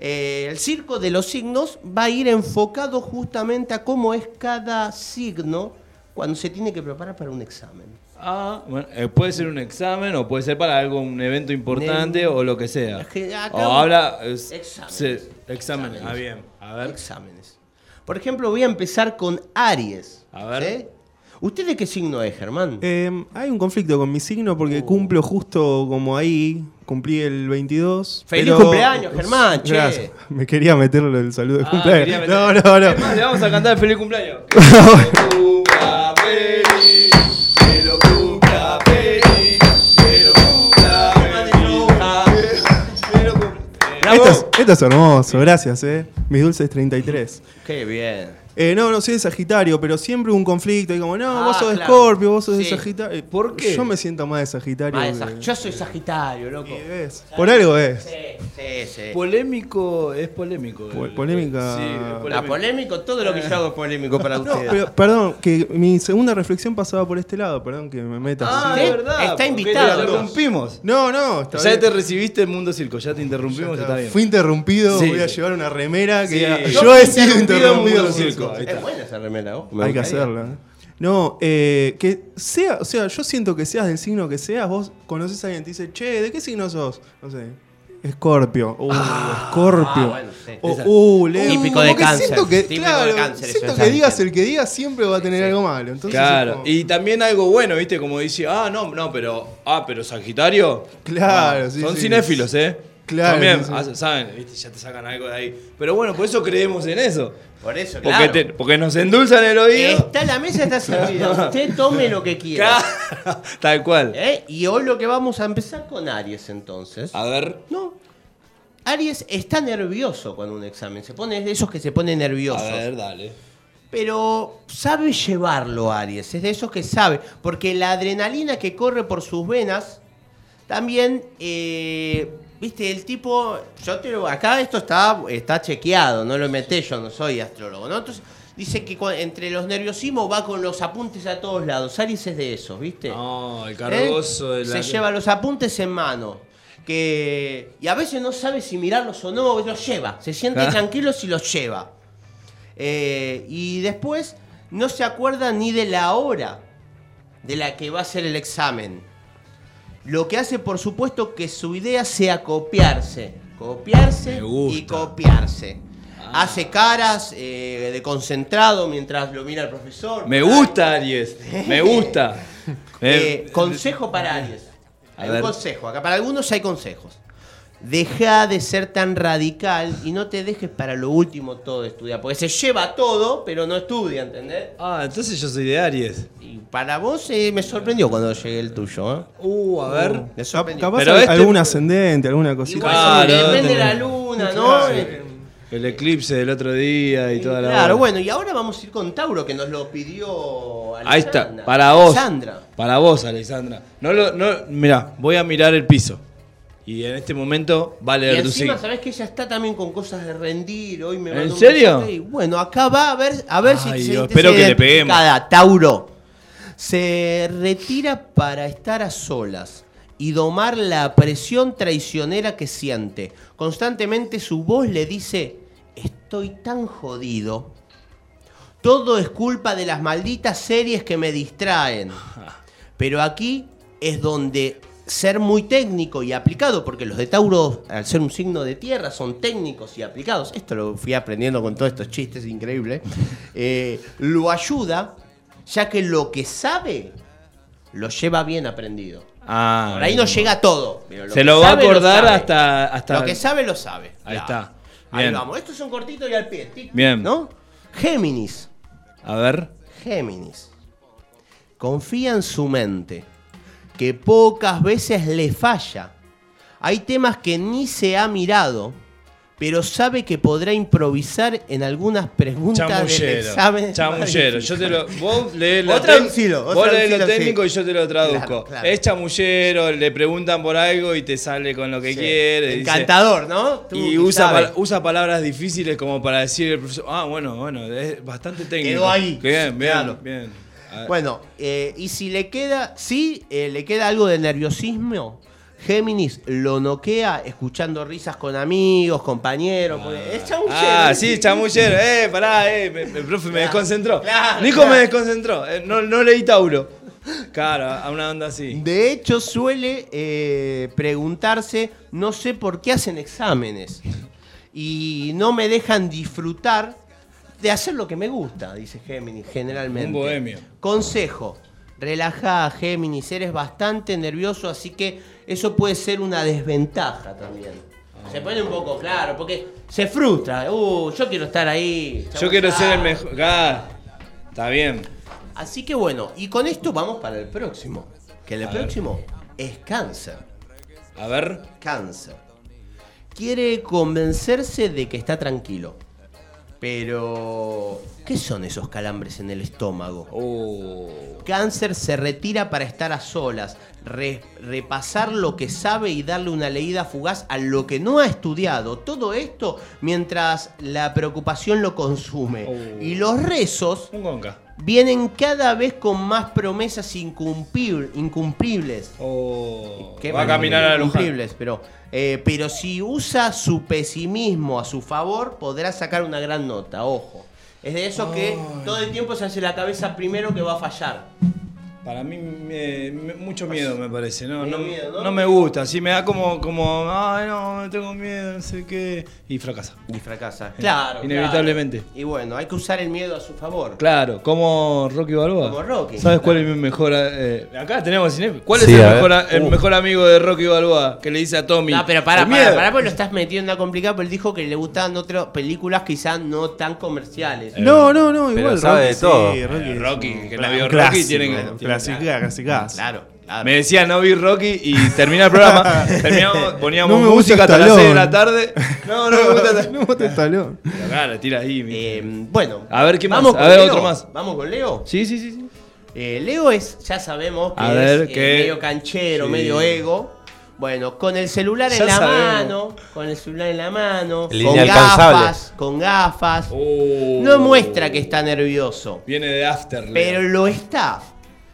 Speaker 1: Eh, el circo de los signos va a ir enfocado justamente a cómo es cada signo cuando se tiene que preparar para un examen.
Speaker 3: Ah, bueno, eh, puede ser un examen o puede ser para algo, un evento importante
Speaker 1: Nen-
Speaker 3: o lo que sea.
Speaker 1: Es que acá-
Speaker 3: O habla. es-
Speaker 1: Exámenes.
Speaker 3: se- exámenes.
Speaker 1: Exámenes.
Speaker 3: Ah, bien. A ver.
Speaker 1: Exámenes. Por ejemplo, voy a empezar con Aries.
Speaker 3: A ver.
Speaker 1: ¿sí? ¿Usted de qué signo es, Germán?
Speaker 4: Eh, hay un conflicto con mi signo porque
Speaker 1: Uh.
Speaker 4: cumplo justo como ahí, cumplí el 22.
Speaker 1: ¡Feliz
Speaker 4: pero-
Speaker 1: cumpleaños, Germán, che!
Speaker 4: Gracias. Me quería meterlo el saludo de
Speaker 3: Ah, quería
Speaker 4: cumpleaños.
Speaker 3: meter-
Speaker 4: No, no, no.
Speaker 3: Es más, le vamos a cantar feliz cumpleaños. Que lo cumpla feliz, que lo cumpla feliz, que lo cumpla feliz, que lo cumpla-
Speaker 1: ¡Bravo!
Speaker 4: Esto es, esto es hermoso, gracias, eh. Mis dulces 33.
Speaker 1: ¡Qué bien!
Speaker 4: Eh, no, no soy de Sagitario, pero siempre hubo un conflicto. Y como, no,
Speaker 1: Ah,
Speaker 4: vos sos de
Speaker 1: claro.
Speaker 4: Scorpio, vos sos de
Speaker 1: Sí.
Speaker 4: Sagitario. Eh,
Speaker 3: ¿Por qué?
Speaker 4: Yo me siento más de Sagitario. eh.
Speaker 1: Ah,
Speaker 4: que-
Speaker 1: esa- yo soy Sagitario, loco.
Speaker 4: Y es, Por algo es.
Speaker 1: Sí, sí, sí.
Speaker 3: Polémico, es polémico.
Speaker 4: Po-
Speaker 3: el-
Speaker 4: polémica.
Speaker 3: Sí, es
Speaker 1: Ah, polémico, todo lo que yo hago es polémico para
Speaker 4: No,
Speaker 1: ustedes.
Speaker 4: pero, perdón, que mi segunda reflexión pasaba por este lado, perdón que me metas.
Speaker 3: Ah,
Speaker 1: Sí,
Speaker 3: es verdad.
Speaker 1: está
Speaker 3: porque
Speaker 1: invitado.
Speaker 3: Te interrumpimos.
Speaker 4: No, no, está
Speaker 3: Ya
Speaker 4: bien.
Speaker 3: te recibiste el mundo circo, ya te interrumpimos, está bien.
Speaker 4: Fui interrumpido,
Speaker 3: Sí.
Speaker 4: voy a llevar una remera que
Speaker 3: Sí.
Speaker 4: diga,
Speaker 3: Yo
Speaker 4: yo,
Speaker 3: fui
Speaker 4: he sido
Speaker 3: interrumpido en
Speaker 4: interrumpido.
Speaker 3: Mundo
Speaker 4: por
Speaker 3: Circo.
Speaker 4: eso.
Speaker 3: Ahí está.
Speaker 1: Es buena esa remera, ojo, me
Speaker 4: Hay que
Speaker 1: gustaría.
Speaker 4: hacerla. No, eh, que sea, o sea, yo siento que seas del signo que seas, vos conoces a alguien y te dice, che, ¿de qué signo sos? No sé. Escorpio, uh, Escorpio,
Speaker 1: ah, bueno, sí.
Speaker 4: O,
Speaker 1: Esa-
Speaker 4: uh, Leo.
Speaker 1: Típico
Speaker 4: Como
Speaker 1: de
Speaker 4: que
Speaker 1: cáncer,
Speaker 4: Siento que,
Speaker 1: típico de
Speaker 4: claro,
Speaker 1: cáncer, eso
Speaker 4: siento
Speaker 1: es
Speaker 4: que digas
Speaker 1: cáncer.
Speaker 4: el que digas siempre va a tener algo malo. Entonces, es
Speaker 3: Claro,
Speaker 4: como-
Speaker 3: y también algo bueno, ¿viste? Como dice, ah, no, no, pero, ah, pero Sagitario.
Speaker 4: Claro,
Speaker 3: ah,
Speaker 4: sí,
Speaker 3: Son
Speaker 4: sí.
Speaker 3: cinéfilos, ¿eh?
Speaker 4: Claro,
Speaker 3: También,
Speaker 4: sí, sí.
Speaker 3: ah, ¿saben? ¿Viste? Ya te sacan algo de ahí. Pero bueno, por eso creemos en eso.
Speaker 1: Por eso,
Speaker 3: Porque,
Speaker 1: claro.
Speaker 3: te- porque nos endulzan el oído.
Speaker 1: Está la mesa, está servida. Usted tome lo que quiera.
Speaker 3: Claro, Tal cual.
Speaker 1: ¿Eh? Y hoy lo que vamos a empezar con Aries, entonces.
Speaker 3: A ver,
Speaker 1: No. Aries está nervioso con un examen. Se pone es de esos que se pone nervioso.
Speaker 3: a ver, dale.
Speaker 1: pero sabe llevarlo Aries, es de esos que sabe, porque la adrenalina que corre por sus venas, también, eh, viste, el tipo, yo te lo- acá esto está, está chequeado, no lo inventé yo, no soy astrólogo, ¿no? Entonces, dice que cu- entre los nerviosismos va con los apuntes a todos lados, Aries es de esos, viste.
Speaker 3: No, el
Speaker 1: ¿Eh?
Speaker 3: cargoso de la...
Speaker 1: Se lleva los apuntes en mano. Que... Y a veces no sabe si mirarlos o no, los lleva. Se siente
Speaker 3: Ah.
Speaker 1: tranquilo si los lleva. Eh, y después no se acuerda ni de la hora de la que va a ser el examen. Lo que hace, por supuesto, que su idea sea copiarse. Copiarse
Speaker 3: Me gusta.
Speaker 1: y copiarse. Hace caras eh, de concentrado mientras lo mira el profesor.
Speaker 3: Me gusta, Aries. Me gusta.
Speaker 1: Eh,
Speaker 3: Eh,
Speaker 1: consejo para Aries.
Speaker 3: A
Speaker 1: Hay
Speaker 3: ver.
Speaker 1: un consejo. Acá para algunos hay consejos. Deja de ser tan radical y no te dejes para lo último todo estudiar. Porque se lleva todo, pero no estudia, ¿entendés?
Speaker 3: Ah, entonces yo soy de Aries.
Speaker 1: Y para vos eh, me sorprendió cuando llegué el tuyo. ¿eh?
Speaker 3: Uh, a ver.
Speaker 1: Me
Speaker 4: Cap-
Speaker 1: sorprendió.
Speaker 4: capaz
Speaker 3: Pero
Speaker 4: al-
Speaker 3: este-
Speaker 4: algún ascendente, alguna
Speaker 1: Igual,
Speaker 4: cosita.
Speaker 3: Claro,
Speaker 1: sí, depende de
Speaker 3: tenés-
Speaker 1: la luna, ¿no? Eh,
Speaker 3: El eclipse del otro día y toda la.
Speaker 1: Claro,
Speaker 3: bola.
Speaker 1: bueno, y ahora vamos a ir con Tauro, que nos lo pidió Alexandra.
Speaker 3: Ahí está, para vos.
Speaker 1: Alexandra.
Speaker 3: Para vos, Alexandra. No lo, no, mirá, voy a mirar el piso. Y en este momento va a
Speaker 1: Y
Speaker 3: leer tu
Speaker 1: encima,
Speaker 3: signo.
Speaker 1: sabes que ella está también con cosas de rendir. Hoy me
Speaker 3: ¿En
Speaker 1: mandó un
Speaker 3: serio?
Speaker 1: mensaje y, bueno, acá va a ver, a ver si
Speaker 3: Ay,
Speaker 1: si
Speaker 3: Dios,
Speaker 1: te-
Speaker 3: espero
Speaker 1: se
Speaker 3: que le
Speaker 1: identifica
Speaker 3: peguemos.
Speaker 1: cada Tauro se retira para estar a solas y domar la presión traicionera que siente. Constantemente su voz le dice: Estoy tan jodido. Todo es culpa de las malditas series que me distraen. Pero aquí es donde ser muy técnico y aplicado, porque los de Tauro, al ser un signo de tierra, son técnicos y aplicados. Esto lo fui aprendiendo con todos estos chistes increíbles. Eh, lo ayuda, ya que lo que sabe lo lleva bien aprendido.
Speaker 3: Ah,
Speaker 1: Por ahí no llega todo. pero
Speaker 3: Se
Speaker 1: que
Speaker 3: lo va a
Speaker 1: sabe,
Speaker 3: acordar
Speaker 1: sabe.
Speaker 3: hasta- hasta-
Speaker 1: Lo que sabe, lo sabe.
Speaker 3: Ahí
Speaker 1: Claro.
Speaker 3: está.
Speaker 1: Ahí
Speaker 3: Bien.
Speaker 1: vamos. Esto es un cortito y al pie. tic,
Speaker 3: Bien.
Speaker 1: ¿No? Géminis.
Speaker 3: A ver.
Speaker 1: Géminis. Confía en su mente, que pocas veces le falla. Hay temas que ni se ha mirado, pero sabe que podrá improvisar en algunas preguntas del examen.
Speaker 3: Chamullero. Chamullero. Yo te lo, vos lees
Speaker 1: Vos
Speaker 3: lo,
Speaker 1: traducilo, vos
Speaker 3: vos lees lo
Speaker 1: traducilo,
Speaker 3: técnico
Speaker 1: sí.
Speaker 3: y yo te lo traduzco.
Speaker 1: Claro, claro.
Speaker 3: Es chamullero, le preguntan por algo y te sale con lo que
Speaker 1: Sí.
Speaker 3: quiere. dice-
Speaker 1: Encantador, ¿no? Tú
Speaker 3: y
Speaker 1: que
Speaker 3: usa,
Speaker 1: sabes.
Speaker 3: pal- usa palabras difíciles como para decir el profesor. Ah, bueno, bueno, es bastante técnico.
Speaker 1: Quedó ahí.
Speaker 3: Bien, bien,
Speaker 1: Claro.
Speaker 3: bien. Ah, A-
Speaker 1: Bueno, eh, y si le queda, sí, eh, le queda algo de nerviosismo. Géminis lo noquea escuchando risas con amigos, compañeros. porque es chamullero.
Speaker 3: Ah,
Speaker 1: es
Speaker 3: sí,
Speaker 1: difícil.
Speaker 3: chamullero. Eh, pará, eh, me- el profe me
Speaker 1: Claro,
Speaker 3: desconcentró.
Speaker 1: claro,
Speaker 3: Nico
Speaker 1: claro.
Speaker 3: me desconcentró. Eh, no, no leí Tauro. Claro, a una onda así.
Speaker 1: De hecho, suele eh, preguntarse, no sé por qué hacen exámenes y no me dejan disfrutar de hacer lo que me gusta, dice Géminis generalmente.
Speaker 3: Un bohemio.
Speaker 1: Consejo, relaja Géminis, eres bastante nervioso, así que eso puede ser una desventaja también.
Speaker 3: Ah.
Speaker 1: Se pone un poco claro, porque se frustra. Uh, yo quiero estar ahí.
Speaker 3: Yo quiero ser el
Speaker 1: Ah.
Speaker 3: mejor. Ah, está bien.
Speaker 1: Así que bueno, y con esto vamos para el próximo. Que el
Speaker 3: A ver.
Speaker 1: próximo es cáncer.
Speaker 3: A ver.
Speaker 1: Cáncer. Quiere convencerse de que está tranquilo. Pero... ¿Qué son esos calambres en el estómago?
Speaker 3: Oh.
Speaker 1: Cáncer se retira para estar a solas, re- repasar lo que sabe y darle una leída fugaz a lo que no ha estudiado. Todo esto mientras la preocupación lo consume.
Speaker 3: Oh.
Speaker 1: Y los rezos
Speaker 3: Un conca.
Speaker 1: vienen cada vez con más promesas incumplir- incumplibles.
Speaker 3: Oh.
Speaker 1: Que
Speaker 3: Va a caminar a Luján.
Speaker 1: incumplibles, pero, eh, pero si usa su pesimismo a su favor, podrá sacar una gran nota, ojo. Es de eso que todo el tiempo se hace la cabeza primero que va a fallar.
Speaker 3: Para mí, me- me- mucho miedo me parece. No,
Speaker 1: Medio
Speaker 3: no,
Speaker 1: miedo, ¿no?
Speaker 3: no me gusta. Sí, me da como, como, ay, no, tengo miedo, no sé qué. Y fracasa.
Speaker 1: Y fracasa. Claro.
Speaker 3: Inevitablemente.
Speaker 1: claro. Y bueno, hay que usar el miedo a su favor.
Speaker 3: Claro, como Rocky Balboa.
Speaker 1: Como Rocky.
Speaker 3: ¿Sabes cuál es mi mejor. eh, acá tenemos cine. ¿Cuál
Speaker 5: Sí,
Speaker 3: es el,
Speaker 5: a ver.
Speaker 3: mejor, a- el
Speaker 5: Uh.
Speaker 3: mejor amigo de Rocky Balboa que le dice a Tommy?
Speaker 1: No, pero para,
Speaker 3: "El
Speaker 1: para,
Speaker 3: miedo"?
Speaker 1: para, porque lo estás metiendo a complicado, pero él dijo que le gustaban otras películas quizás no tan comerciales.
Speaker 4: No, no, no,
Speaker 5: pero
Speaker 4: igual
Speaker 5: sabe de todo.
Speaker 4: sí, Rocky,
Speaker 3: Eh,
Speaker 4: es
Speaker 3: Rocky,
Speaker 4: un-
Speaker 3: que la
Speaker 4: un
Speaker 3: vio Rocky,
Speaker 4: clásico,
Speaker 3: tiene que-
Speaker 4: bueno,
Speaker 3: tiene que-
Speaker 4: Clasicaza, clasicaza.
Speaker 1: Claro, claro.
Speaker 3: Me decía, no vi Rocky y termina el programa. Terminamos, poníamos
Speaker 4: No me gusta
Speaker 3: música hasta las
Speaker 4: Stallone.
Speaker 3: 6 de la tarde. No, no me gusta.
Speaker 4: No, vos te talón.
Speaker 3: Pero claro, tira ahí.
Speaker 1: Eh,
Speaker 3: mi-
Speaker 1: bueno,
Speaker 3: A ver, ¿qué más?
Speaker 1: ¿Vamos
Speaker 3: A
Speaker 1: con
Speaker 3: ver,
Speaker 1: Leo?
Speaker 3: otro más.
Speaker 1: Vamos con Leo.
Speaker 3: Sí, sí, sí. sí.
Speaker 1: Eh, Leo es, ya sabemos, que
Speaker 3: A ver,
Speaker 1: es eh,
Speaker 3: que-
Speaker 1: medio canchero,
Speaker 3: Sí.
Speaker 1: medio ego. Bueno, con el celular
Speaker 3: Ya
Speaker 1: en la
Speaker 3: sabemos.
Speaker 1: mano, con el celular en la mano,
Speaker 5: El
Speaker 1: con
Speaker 5: inalcanzable.
Speaker 1: gafas, con gafas.
Speaker 3: Oh.
Speaker 1: No muestra que está nervioso,
Speaker 3: Viene de After. Leo.
Speaker 1: pero lo está.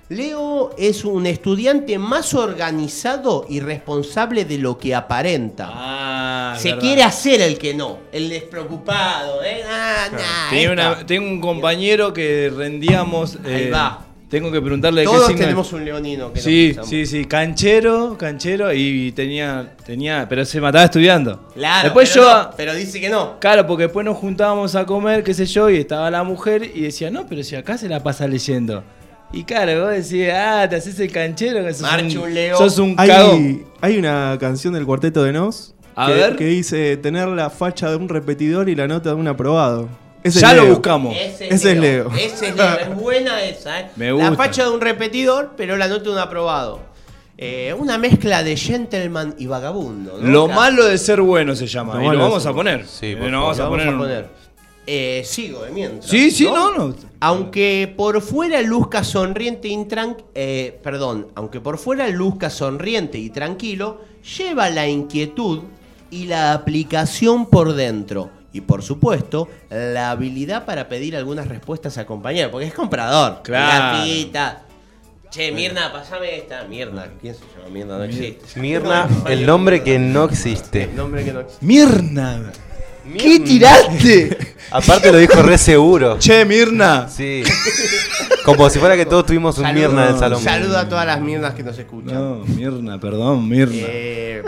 Speaker 1: Leo es un estudiante más organizado y responsable de lo que aparenta.
Speaker 3: Ah, es
Speaker 1: Se
Speaker 3: verdad.
Speaker 1: quiere hacer el que no, el despreocupado. ¿eh? Ah, nah,
Speaker 3: Tenía
Speaker 1: esta.
Speaker 3: una- tengo un compañero que rendíamos. eh,
Speaker 1: Ahí va.
Speaker 3: Tengo que preguntarle
Speaker 1: Todos
Speaker 3: qué signo. es.
Speaker 1: tenemos un leonino que
Speaker 3: Sí,
Speaker 1: nos
Speaker 3: sí, sí, canchero, canchero y tenía, tenía, pero se mataba estudiando.
Speaker 1: Claro,
Speaker 3: Después
Speaker 1: pero
Speaker 3: yo,
Speaker 1: no, pero dice que no.
Speaker 3: Claro, porque después nos juntábamos a comer, qué sé yo, y estaba la mujer y decía, no, pero si acá se la pasa leyendo. Y claro, vos decís, ah, te haces el canchero, que sos
Speaker 1: Marche
Speaker 3: un,
Speaker 1: un leo.
Speaker 3: sos un cagón.
Speaker 4: Hay, hay una canción del cuarteto de Nos
Speaker 3: A
Speaker 4: que,
Speaker 3: ver.
Speaker 4: que dice tener la facha de un repetidor y la nota de un aprobado. Ese
Speaker 3: Ya
Speaker 4: es
Speaker 3: lo
Speaker 4: Leo.
Speaker 3: buscamos.
Speaker 4: Ese es Leo.
Speaker 1: Ese es Leo. Es buena esa, ¿eh?
Speaker 3: Me
Speaker 1: La
Speaker 3: gusta.
Speaker 1: facha de un repetidor, pero la nota de un aprobado. Eh, una mezcla de gentleman y vagabundo. ¿no?
Speaker 3: Lo
Speaker 1: Claro.
Speaker 3: malo de ser bueno se llama.
Speaker 4: Lo
Speaker 3: y
Speaker 4: malo
Speaker 3: lo
Speaker 4: de
Speaker 3: vamos
Speaker 4: ser
Speaker 3: a poner.
Speaker 5: Sí,
Speaker 3: Y
Speaker 5: por
Speaker 3: lo vamos
Speaker 1: Lo
Speaker 3: a poner.
Speaker 1: Eh, sigo de mientras.
Speaker 3: Sí, sí, no, no.
Speaker 1: Aunque por fuera luzca sonriente y tran- eh, perdón, aunque por fuera luzca sonriente y tranquilo, lleva la inquietud y la aplicación por dentro. Y por supuesto, la habilidad para pedir algunas respuestas a compañeros, porque es comprador.
Speaker 3: Claro.
Speaker 1: Gatita. Che, Mirna, pasame esta. Mirna, ¿quién se llama Mirna? No existe.
Speaker 7: Mirna, el nombre que no existe.
Speaker 1: El nombre que no existe.
Speaker 8: Mirna. ¿Qué tiraste?
Speaker 7: Aparte lo dijo re seguro.
Speaker 8: che, Mirna.
Speaker 7: Sí. Como si fuera que todos tuvimos un
Speaker 1: Saludo-
Speaker 7: Mirna en el salón.
Speaker 1: Saludo a todas las Mirnas que nos escuchan.
Speaker 8: No, Mirna, perdón, Mirna.
Speaker 1: Eh,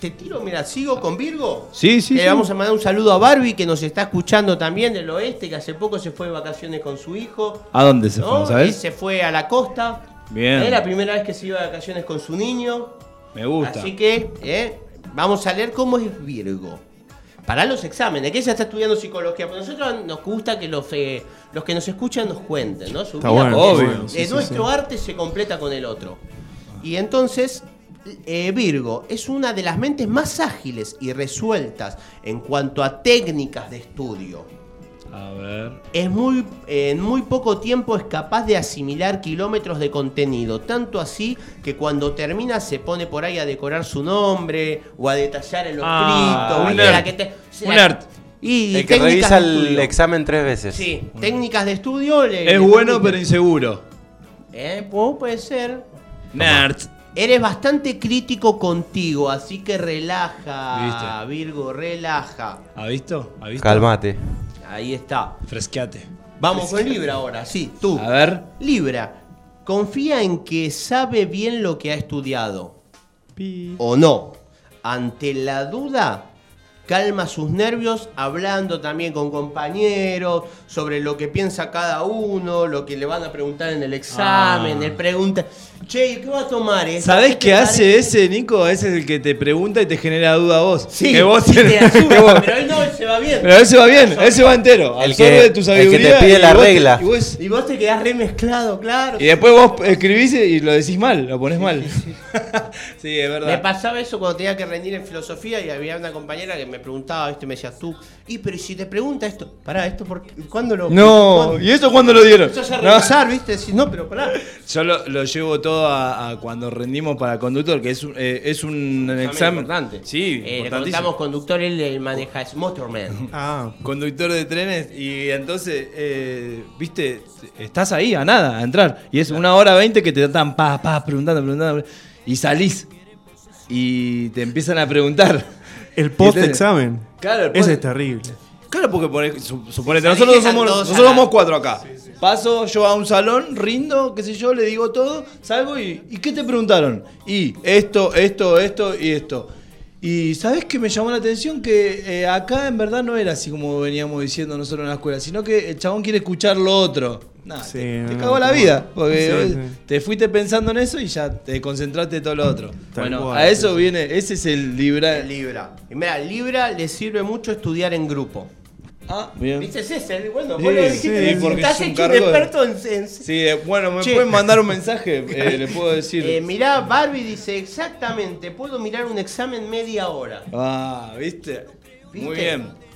Speaker 1: te tiro, mira, sigo con Virgo.
Speaker 8: Sí, sí,
Speaker 1: Le
Speaker 8: sí.
Speaker 1: vamos a mandar un saludo a Barbie que nos está escuchando también del oeste, que hace poco se fue de vacaciones con su hijo.
Speaker 8: ¿A dónde se
Speaker 1: ¿no?
Speaker 8: fue, sabes?
Speaker 1: Y se fue a la costa.
Speaker 8: Bien.
Speaker 1: Es la primera vez que se iba de vacaciones con su niño.
Speaker 8: Me gusta.
Speaker 1: Así que eh, vamos a leer cómo es Virgo. Para los exámenes, que ella está estudiando psicología, pero a nosotros nos gusta que los, eh, los que nos escuchan nos cuenten, ¿no? Su
Speaker 4: Está
Speaker 1: vida,
Speaker 4: bueno,
Speaker 1: porque
Speaker 4: obvio,
Speaker 1: es-
Speaker 4: sí,
Speaker 1: eh,
Speaker 4: sí,
Speaker 1: nuestro arte se completa con el otro. Y entonces, eh, Virgo es una de las mentes más ágiles y resueltas en cuanto a técnicas de estudio
Speaker 8: A ver.
Speaker 1: es muy, en muy poco tiempo es capaz de asimilar kilómetros de contenido, tanto así que cuando termina se pone por ahí a decorar su nombre o a detallar en los
Speaker 8: Ah,
Speaker 1: escrito,
Speaker 8: un
Speaker 1: ¿viste? La
Speaker 8: nerd.
Speaker 1: que te-
Speaker 8: Un
Speaker 1: la-
Speaker 8: nerd.
Speaker 1: Y,
Speaker 7: El que
Speaker 1: técnicas
Speaker 7: revisa
Speaker 1: de
Speaker 7: el Mm.
Speaker 1: estudio.
Speaker 7: examen tres veces.
Speaker 1: Sí, técnicas de estudio. le-
Speaker 3: Es
Speaker 1: le
Speaker 3: bueno, pero
Speaker 1: permiten-
Speaker 3: inseguro.
Speaker 1: Eh, pu- puede ser.
Speaker 8: Nerd.
Speaker 1: Eres bastante crítico contigo, así que relaja, Virgo, relaja.
Speaker 8: ¿Ha visto? ¿Ha visto?
Speaker 7: Calmate.
Speaker 1: Ahí está.
Speaker 8: Fresqueate.
Speaker 1: Vamos con Libra ahora, sí, tú.
Speaker 8: A ver.
Speaker 1: Libra, confía en que sabe bien lo que ha estudiado. O no. Ante la duda, calma sus nervios hablando también con compañeros sobre lo que piensa cada uno, lo que le van a preguntar en el examen.
Speaker 8: Ah.
Speaker 1: Él pregunta, che, ¿y ¿qué va a tomar? eh?
Speaker 3: ¿Sabés qué hace
Speaker 1: parece?"
Speaker 3: ese, Nico? Ese es el que te pregunta y te genera duda a vos.
Speaker 1: Sí,
Speaker 3: que vos
Speaker 1: sí, te
Speaker 3: tenés-
Speaker 1: la sube,
Speaker 3: que vos-
Speaker 1: pero él no, él se va bien.
Speaker 3: Pero ese va bien, ese va entero.
Speaker 7: El
Speaker 3: absorbe
Speaker 7: que-
Speaker 3: de tu
Speaker 7: el que te
Speaker 3: sabiduría
Speaker 7: pide
Speaker 3: y
Speaker 7: la
Speaker 3: vos te-
Speaker 7: regla.
Speaker 3: y, vos-
Speaker 1: Y vos te quedás remezclado, claro.
Speaker 3: y después vos escribís y lo decís mal, lo ponés mal. Sí,
Speaker 1: Me
Speaker 3: es verdad.
Speaker 1: pasaba eso cuando tenía que rendir en filosofía y había una compañera que me preguntaba, ¿viste? me decía, tú, y pero ¿y si te pregunta esto, pará, ¿esto por qué? ¿Cuándo lo.?
Speaker 3: No,
Speaker 1: ¿cuándo?
Speaker 3: ¿y eso cuándo lo dieron?
Speaker 1: Empezás a
Speaker 3: No.
Speaker 1: revisar, ¿viste? Decís, no, pero pará.
Speaker 3: Yo lo, lo llevo todo a, a cuando rendimos para conductor, que es un, eh, es un examen
Speaker 1: importante.
Speaker 3: Sí,
Speaker 1: Eh, le
Speaker 3: importantísimo.
Speaker 1: contamos conductor, él eh, maneja, es Motorman.
Speaker 4: Ah,
Speaker 3: conductor de trenes y entonces, eh, viste, estás ahí a nada, a entrar. Y es una hora veinte que te tratan pa, pa, preguntando, preguntando. Y salís. Y te empiezan a preguntar.
Speaker 4: el post-examen.
Speaker 3: Claro, el
Speaker 4: Ese
Speaker 3: post-
Speaker 4: es terrible.
Speaker 3: Claro, porque por- su- suponete,
Speaker 1: Salís
Speaker 3: nosotros
Speaker 1: dejan
Speaker 3: somos,
Speaker 1: todos
Speaker 3: nosotros
Speaker 1: a la-
Speaker 3: somos cuatro acá. Paso yo a un salón, rindo, qué sé yo, le digo todo, salgo y. ¿Y qué te preguntaron? Y esto, esto, esto y esto. Y sabes que me llamó la atención que eh, acá en verdad no era así como veníamos diciendo nosotros en la escuela, sino que el chabón quiere escuchar lo otro. Nah,
Speaker 4: Sí,
Speaker 3: te, te
Speaker 4: no,
Speaker 3: cagó la
Speaker 4: no.
Speaker 3: vida, porque
Speaker 4: Sí,
Speaker 3: vos
Speaker 4: sí.
Speaker 3: te fuiste pensando en eso y ya te concentraste en todo lo otro.
Speaker 4: Tal
Speaker 3: bueno,
Speaker 4: cual,
Speaker 3: a
Speaker 4: sí,
Speaker 3: eso viene, ese es el libra.
Speaker 1: Libra. Y mira, Libra le sirve mucho estudiar en grupo.
Speaker 3: Ah, bien.
Speaker 1: ¿Viste? Es ese, ¿eh? bueno,
Speaker 3: Sí,
Speaker 1: vos lo
Speaker 3: sí,
Speaker 1: dijiste,
Speaker 3: porque
Speaker 1: estás
Speaker 3: es un
Speaker 1: hecho un
Speaker 3: cargo de-
Speaker 1: experto en- en,
Speaker 3: Sí, eh, bueno, me
Speaker 1: Che.
Speaker 3: pueden mandar un mensaje, eh, le puedo decir.
Speaker 1: Eh, mirá, Barbie dice exactamente, puedo mirar un examen media hora.
Speaker 3: ah, ¿viste? Muy
Speaker 1: ¿Viste?
Speaker 3: bien. Eh,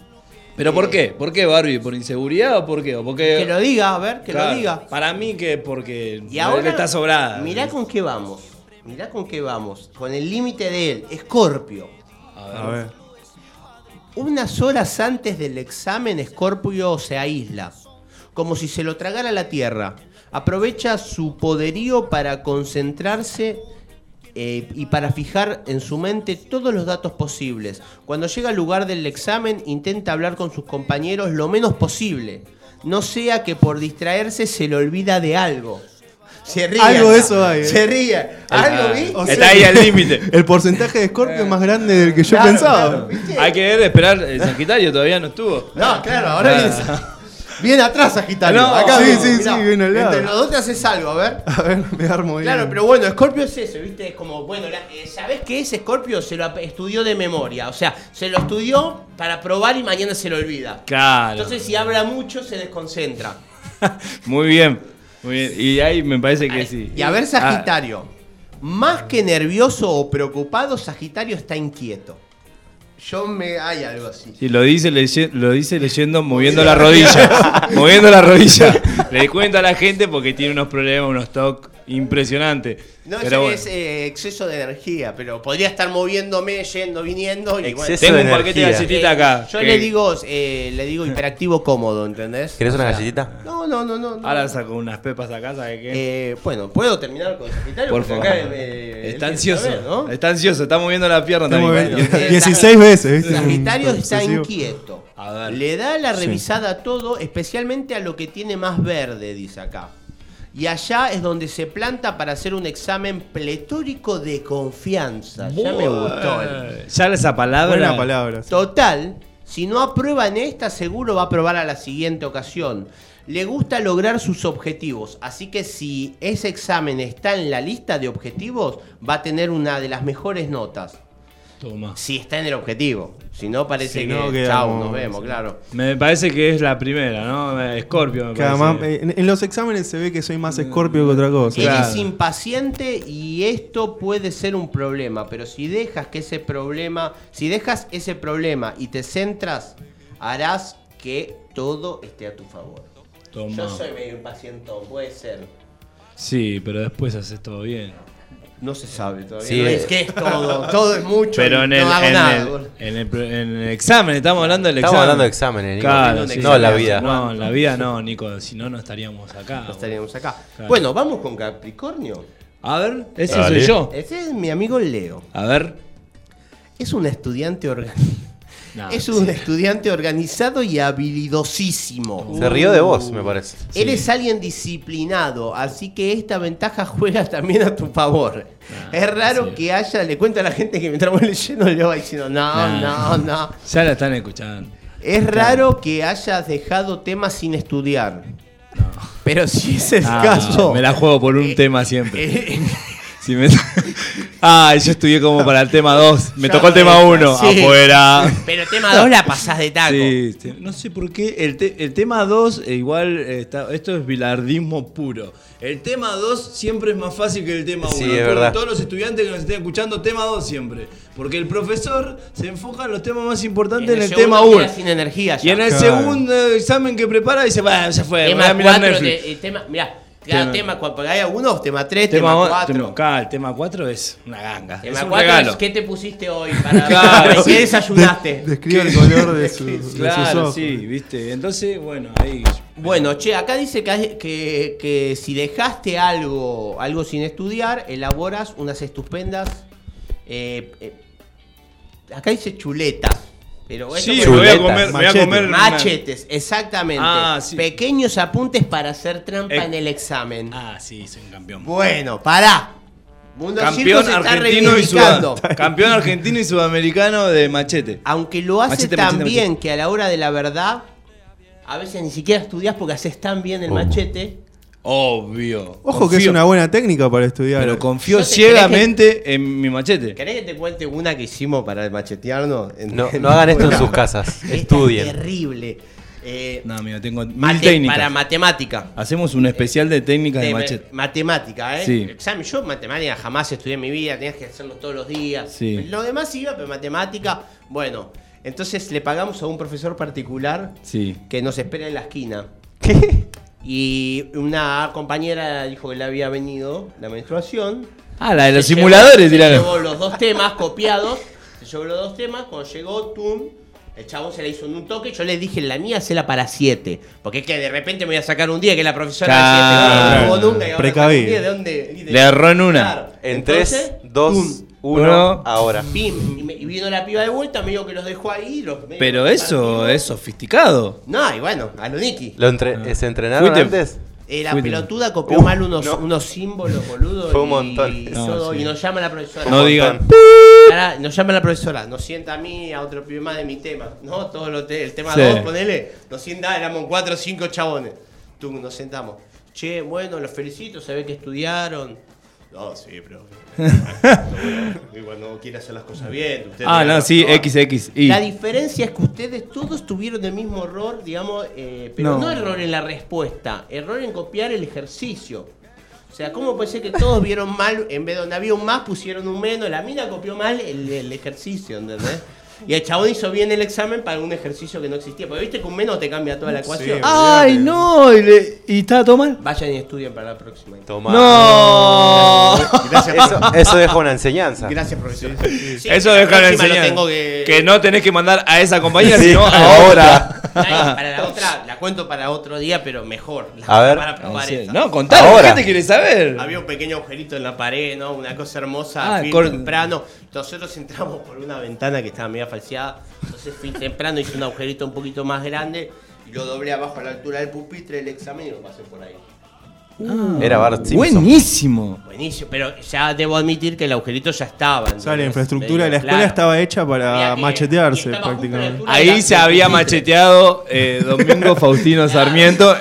Speaker 3: ¿Pero por qué? ¿Por qué Barbie? ¿Por inseguridad o por qué? ¿O porque,
Speaker 1: Que lo diga, a ver, que
Speaker 3: Eh, Claro,
Speaker 1: lo diga.
Speaker 3: Para mí que porque
Speaker 1: Y ahora
Speaker 3: le está sobrada.
Speaker 1: Mirá con qué vamos. Mirá con qué vamos. Con el límite de él, Escorpio.
Speaker 4: A ver.
Speaker 1: Unas horas antes del examen, Escorpio se aísla, como si se lo tragara la tierra. Aprovecha su poderío para concentrarse eh, y para fijar en su mente todos los datos posibles. Cuando llega al lugar del examen, intenta hablar con sus compañeros lo menos posible. No sea que por distraerse se le olvida de algo. Se ríe.
Speaker 4: Algo de eso hay, eh.
Speaker 1: Se ríe. Algo, Ah, ¿viste?
Speaker 4: O
Speaker 3: Ah, Está ahí al límite.
Speaker 4: El porcentaje de
Speaker 3: Eh,
Speaker 4: Scorpio es más grande del que yo
Speaker 1: Claro,
Speaker 4: pensaba.
Speaker 1: claro, ¿viste?
Speaker 3: Hay que ver, esperar. El Sagitario todavía no estuvo.
Speaker 1: No, claro, ahora
Speaker 3: Claro.
Speaker 1: viene, viene atrás Sagitario.
Speaker 3: No,
Speaker 1: Acá
Speaker 4: sí,
Speaker 1: viene,
Speaker 4: sí,
Speaker 1: mirá.
Speaker 4: sí, viene al lado.
Speaker 1: Entre los dos te haces algo, a ver.
Speaker 4: A ver, me armo bien.
Speaker 1: Claro, pero bueno, Scorpio es eso, ¿viste? Es como, bueno, la- eh, ¿sabés qué es Scorpio? Se lo ap- estudió de memoria. O sea, se lo estudió para probar y mañana se lo olvida.
Speaker 3: Claro.
Speaker 1: Entonces, si habla mucho, se desconcentra.
Speaker 3: muy bien. Muy bien. Y ahí me parece que sí.
Speaker 1: Y a ver,
Speaker 3: Ah,
Speaker 1: Sagitario. Más que nervioso o preocupado, Sagitario está inquieto. Yo me. Hay algo así.
Speaker 3: Sí, lo dice, leye- lo dice leyendo, moviendo la rodilla. moviendo la rodilla. Le cuento a la gente porque tiene unos problemas, unos toques
Speaker 9: Impresionante.
Speaker 1: No,
Speaker 9: Pero
Speaker 1: eso
Speaker 9: bueno.
Speaker 1: es eh, exceso de energía, pero podría estar moviéndome, yendo, viniendo. Y bueno. Eh,
Speaker 5: Exceso
Speaker 9: Tengo
Speaker 5: de
Speaker 9: un paquete de
Speaker 5: energía.
Speaker 9: galletita acá.
Speaker 1: Yo
Speaker 9: que-
Speaker 1: le digo, eh, le digo hiperactivo cómodo, ¿entendés?
Speaker 5: ¿Querés una
Speaker 1: O sea,
Speaker 5: galletita?
Speaker 1: No, no, no, no. no.
Speaker 9: Ahora saco unas pepas acá, ¿sabes qué?
Speaker 1: Eh, bueno, ¿puedo terminar con el secretario?
Speaker 9: Por
Speaker 1: Porque
Speaker 9: favor.
Speaker 1: acá, eh, él
Speaker 9: está
Speaker 1: quiere
Speaker 9: ansioso.
Speaker 1: saber, ¿no?
Speaker 9: Está ansioso, está moviendo la pierna
Speaker 4: Estamos
Speaker 9: también.
Speaker 4: viendo.
Speaker 1: Eh,
Speaker 4: 16 veces. ¿viste?
Speaker 1: Sagitario está
Speaker 4: Obsesivo.
Speaker 1: inquieto.
Speaker 9: A ver.
Speaker 1: Le da la revisada a todo, especialmente a lo que tiene más verde, dice acá. Y allá es donde se planta para hacer un examen pletórico de confianza. Ya me gustó. el-
Speaker 9: Ya esa palabra.
Speaker 4: Buena palabra. sí.
Speaker 1: Total, si no aprueba en esta, seguro va a aprobar a la siguiente ocasión. Le gusta lograr sus objetivos, así que si ese examen está en la lista de objetivos, va a tener una de las mejores notas.
Speaker 3: Toma.
Speaker 1: Si está en el objetivo. Si no, parece
Speaker 4: Si
Speaker 1: que.
Speaker 4: no,
Speaker 1: chau,
Speaker 4: quedamos-
Speaker 1: nos vemos, claro.
Speaker 3: Me parece que es la primera, ¿no? Scorpio, me
Speaker 4: Que
Speaker 3: parece.
Speaker 4: además, eh, en, en los exámenes se ve que soy más escorpio que otra cosa.
Speaker 1: Él es impaciente y esto puede ser un problema, pero si dejas que ese problema, si dejas ese problema y te centras, harás que todo esté a tu favor.
Speaker 3: Toma.
Speaker 1: Yo soy medio impaciente, puede ser.
Speaker 3: Sí, pero después haces todo bien.
Speaker 1: No se sabe todavía.
Speaker 5: Sí,
Speaker 1: no
Speaker 5: eh.
Speaker 1: es que es todo, todo es mucho.
Speaker 3: Pero
Speaker 1: y
Speaker 3: en
Speaker 1: no
Speaker 3: el,
Speaker 1: hago
Speaker 3: en,
Speaker 1: nada,
Speaker 3: el,
Speaker 1: boludo.
Speaker 3: en, el, pre- en el examen, estamos hablando del
Speaker 5: Estamos hablando de
Speaker 3: examen.
Speaker 5: exámenes, Nico.
Speaker 3: Claro, sí,
Speaker 5: no
Speaker 3: sí,
Speaker 5: la
Speaker 3: sí.
Speaker 5: vida.
Speaker 3: No, la vida no, Nico. Si no, no estaríamos acá.
Speaker 1: No estaríamos acá.
Speaker 3: Claro.
Speaker 1: Bueno, vamos con Capricornio.
Speaker 3: A ver, ese
Speaker 5: Dale.
Speaker 3: soy yo.
Speaker 1: Ese es mi amigo Leo.
Speaker 3: A ver.
Speaker 1: Es un estudiante organizado.
Speaker 3: Nah,
Speaker 1: Es un
Speaker 3: sí.
Speaker 1: estudiante organizado y habilidosísimo.
Speaker 5: Se rió de vos, me parece.
Speaker 1: Él es alguien disciplinado, así que esta ventaja juega también a tu favor. Ah, es raro
Speaker 3: sí.
Speaker 1: que haya, le cuento a la gente que mientras voy leyendo le va diciendo, no,
Speaker 3: Nah.
Speaker 1: no, no.
Speaker 3: Ya la están escuchando.
Speaker 1: Es raro que hayas dejado temas sin estudiar. Pero si es el
Speaker 3: Ah,
Speaker 1: caso...
Speaker 3: Me la juego por un tema siempre.
Speaker 1: eh,
Speaker 3: Si me- Ah, yo estudié como para el tema 2. Me
Speaker 1: Ya
Speaker 3: tocó el tema
Speaker 1: está,
Speaker 3: 1.
Speaker 1: sí.
Speaker 3: Afuera.
Speaker 1: pero tema 2 la pasás de taco.
Speaker 3: Sí, sí. no sé por qué. El, te- el tema 2, igual, eh, está- esto es bilardismo puro. El tema 2 siempre es más fácil que el tema 1.
Speaker 5: Sí, es verdad.
Speaker 3: Todos los estudiantes que nos estén escuchando, tema 2 siempre. Porque el profesor se enfoca en los temas más
Speaker 1: En
Speaker 3: importantes en el,
Speaker 1: segundo
Speaker 3: tema 1.
Speaker 1: queda Sin energía ya.
Speaker 3: Y en el
Speaker 4: Claro.
Speaker 3: segundo examen que prepara, dice, va, ya fue, voy a
Speaker 1: tema
Speaker 3: mirar
Speaker 1: 4,
Speaker 3: Netflix.
Speaker 1: tema, mirá, cada
Speaker 3: Tema-
Speaker 1: tema, cua- porque hay algunos, tema 3,
Speaker 3: Tema
Speaker 1: tema
Speaker 3: o-
Speaker 1: 4.
Speaker 3: tema- claro, el tema 4 es una ganga.
Speaker 1: Tema
Speaker 3: es un
Speaker 1: 4
Speaker 3: regalo.
Speaker 1: es ¿qué te pusiste hoy? Para
Speaker 3: Claro.
Speaker 1: ¿Qué desayunaste?
Speaker 4: Describe el color de, su- de sus
Speaker 3: Claro,
Speaker 4: ojos.
Speaker 3: sí, viste. Entonces, bueno, ahí.
Speaker 1: Bueno, che, acá dice que, hay- que- que si dejaste algo, algo sin estudiar, elaboras unas estupendas. eh, eh, acá dice chuletas. Pero esto
Speaker 3: Sí,
Speaker 1: puede-
Speaker 3: me voy a
Speaker 5: Chuletas,
Speaker 3: comer, me voy a
Speaker 4: machete.
Speaker 3: comer una-
Speaker 1: machetes, exactamente.
Speaker 3: Ah, sí.
Speaker 1: Pequeños apuntes para hacer trampa
Speaker 3: Eh,
Speaker 1: en el examen.
Speaker 3: Ah, sí, soy un campeón.
Speaker 1: Bueno, pará. Mundo
Speaker 3: campeón
Speaker 1: Circo se está
Speaker 3: argentino y
Speaker 1: reivindicando.
Speaker 3: sudam- campeón argentino y sudamericano de machete.
Speaker 1: Aunque lo hace
Speaker 3: Machete,
Speaker 1: tan
Speaker 3: machete,
Speaker 1: bien
Speaker 3: machete.
Speaker 1: que a la hora de la verdad, a veces ni siquiera estudias porque haces tan bien el
Speaker 5: Oh.
Speaker 1: machete.
Speaker 3: Obvio.
Speaker 4: Ojo que es
Speaker 3: Confío-
Speaker 4: una buena técnica para estudiar.
Speaker 3: Pero
Speaker 1: Yo
Speaker 3: confío
Speaker 1: te-
Speaker 3: ciegamente en mi machete.
Speaker 1: ¿Querés que te cuente una que hicimos para machetearnos? En-
Speaker 5: No, no hagan esto en sus casas.
Speaker 1: Esta es
Speaker 5: Estudien.
Speaker 1: terrible. Eh,
Speaker 3: No, mira, tengo mil
Speaker 1: mate-
Speaker 3: técnicas.
Speaker 1: para matemática.
Speaker 3: Hacemos un especial de técnicas de
Speaker 1: Eh,
Speaker 3: machete.
Speaker 1: matemática, ¿eh?
Speaker 3: Sí.
Speaker 1: Examen. Yo matemática jamás estudié en mi vida, tenías que hacerlo todos los días.
Speaker 3: Sí.
Speaker 1: Lo demás iba, pero matemática, bueno. Entonces le pagamos a un profesor particular
Speaker 3: Sí.
Speaker 1: que nos espera en la esquina. Y una compañera dijo que le había venido la menstruación.
Speaker 3: Ah, la de los
Speaker 1: Se llevó-
Speaker 3: simuladores,
Speaker 1: se
Speaker 3: tiraron.
Speaker 1: Llevó los dos temas copiados. Se llevó los dos temas. Cuando llegó Tum, el chabón se la hizo en un toque. Yo le dije, la mía, hacela para 7. Porque es que de repente me voy a sacar un día que la profesora
Speaker 3: Claro.
Speaker 1: de 7. No lo nunca. y ahora
Speaker 4: Precavido.
Speaker 1: saco un día, ¿de dónde? Y de-
Speaker 3: Le erró en una.
Speaker 1: Claro.
Speaker 5: En
Speaker 1: Entonces,
Speaker 5: 3, 2,
Speaker 1: tum,
Speaker 5: 1,
Speaker 3: uno.
Speaker 5: ahora.
Speaker 1: bim, y, me- y vino la piba de vuelta, me dijo que los dejó ahí. Los, me-
Speaker 3: Pero
Speaker 1: los
Speaker 3: eso
Speaker 1: partió.
Speaker 3: es sofisticado.
Speaker 1: No, y bueno, a lo Niki.
Speaker 5: ¿Lo entre- ¿Se entrenaron
Speaker 3: Fuiste-
Speaker 5: antes?
Speaker 1: Eh, la
Speaker 3: Fuiste.
Speaker 1: pelotuda copió
Speaker 5: Uh,
Speaker 1: mal unos,
Speaker 5: no.
Speaker 1: unos símbolos, boludo.
Speaker 5: Fue un
Speaker 1: y-
Speaker 5: montón.
Speaker 1: Y,
Speaker 3: No,
Speaker 1: todo,
Speaker 3: sí.
Speaker 1: y nos llama la profesora.
Speaker 3: No digan.
Speaker 1: Pará, nos llama la profesora, nos sienta a mí, a otro pibe más de mi tema, ¿no? Todo lo te- el tema
Speaker 3: Sí.
Speaker 1: 2, ponele, nos sienta, éramos cuatro o cinco chabones. Tú, nos sentamos. Che, bueno, los felicito, se ve que estudiaron. No, sí, pero. Y cuando quiere hacer las cosas bien. usted
Speaker 3: Ah,
Speaker 1: tiene
Speaker 3: no, sí,
Speaker 1: razón.
Speaker 3: XX.
Speaker 1: La diferencia es que ustedes todos tuvieron el mismo error, digamos, eh, pero no.
Speaker 3: No.
Speaker 1: error en la respuesta, error en copiar el ejercicio. O sea, ¿cómo puede ser que todos vieron mal, en vez de donde había un más pusieron un menos? La mina copió mal el, el ejercicio, ¿entendés? Y el chabón hizo bien el examen para un ejercicio que no existía. Porque viste que un menos te cambia toda la ecuación.
Speaker 4: Sí.
Speaker 10: ¡Ay, no! Y, le- y estaba todo mal.
Speaker 1: Vayan y estudien para la próxima.
Speaker 7: Tomá.
Speaker 3: Oh.
Speaker 10: ¡No!
Speaker 11: Gracias,
Speaker 7: Eso, eso deja una enseñanza.
Speaker 11: gracias profesor.
Speaker 1: Sí,
Speaker 3: Eso
Speaker 1: la
Speaker 3: deja de
Speaker 1: próxima lo
Speaker 3: enseñar.
Speaker 1: tengo que-
Speaker 3: no tenés que mandar a esa compañía,
Speaker 7: Sí,
Speaker 3: sino a otra.
Speaker 7: ahora.
Speaker 1: Ahí, para la otra, la cuento para otro día, pero mejor. La-
Speaker 7: A ver.
Speaker 1: Para probar esa.
Speaker 3: No, contalo,
Speaker 7: Ahora.
Speaker 3: la gente quiere saber.
Speaker 1: Había un pequeño agujerito en la pared, ¿no? Una cosa hermosa,
Speaker 10: Ah,
Speaker 1: fui
Speaker 10: cor-
Speaker 1: temprano. Nosotros entramos por una ventana que estaba media falseada. Entonces fui temprano, hice un agujerito un poquito más grande y lo doblé abajo a la altura del pupitre, el examen y lo pasé por ahí.
Speaker 7: Era Bart Simpson.
Speaker 10: Buenísimo.
Speaker 1: Buenísimo, pero ya debo admitir que el agujerito ya estaba.
Speaker 4: O
Speaker 1: ¿entendés?
Speaker 4: sea, la infraestructura de la
Speaker 1: Medio
Speaker 4: escuela
Speaker 1: claro.
Speaker 4: estaba hecha
Speaker 1: Había
Speaker 4: para
Speaker 1: que-
Speaker 4: machetearse
Speaker 1: y estaba justo a la
Speaker 4: prácticamente.
Speaker 1: altura de
Speaker 3: Ahí
Speaker 1: la-
Speaker 3: se
Speaker 1: del
Speaker 3: había
Speaker 1: pupitre.
Speaker 3: macheteado eh, Domingo Faustino Sarmiento. en-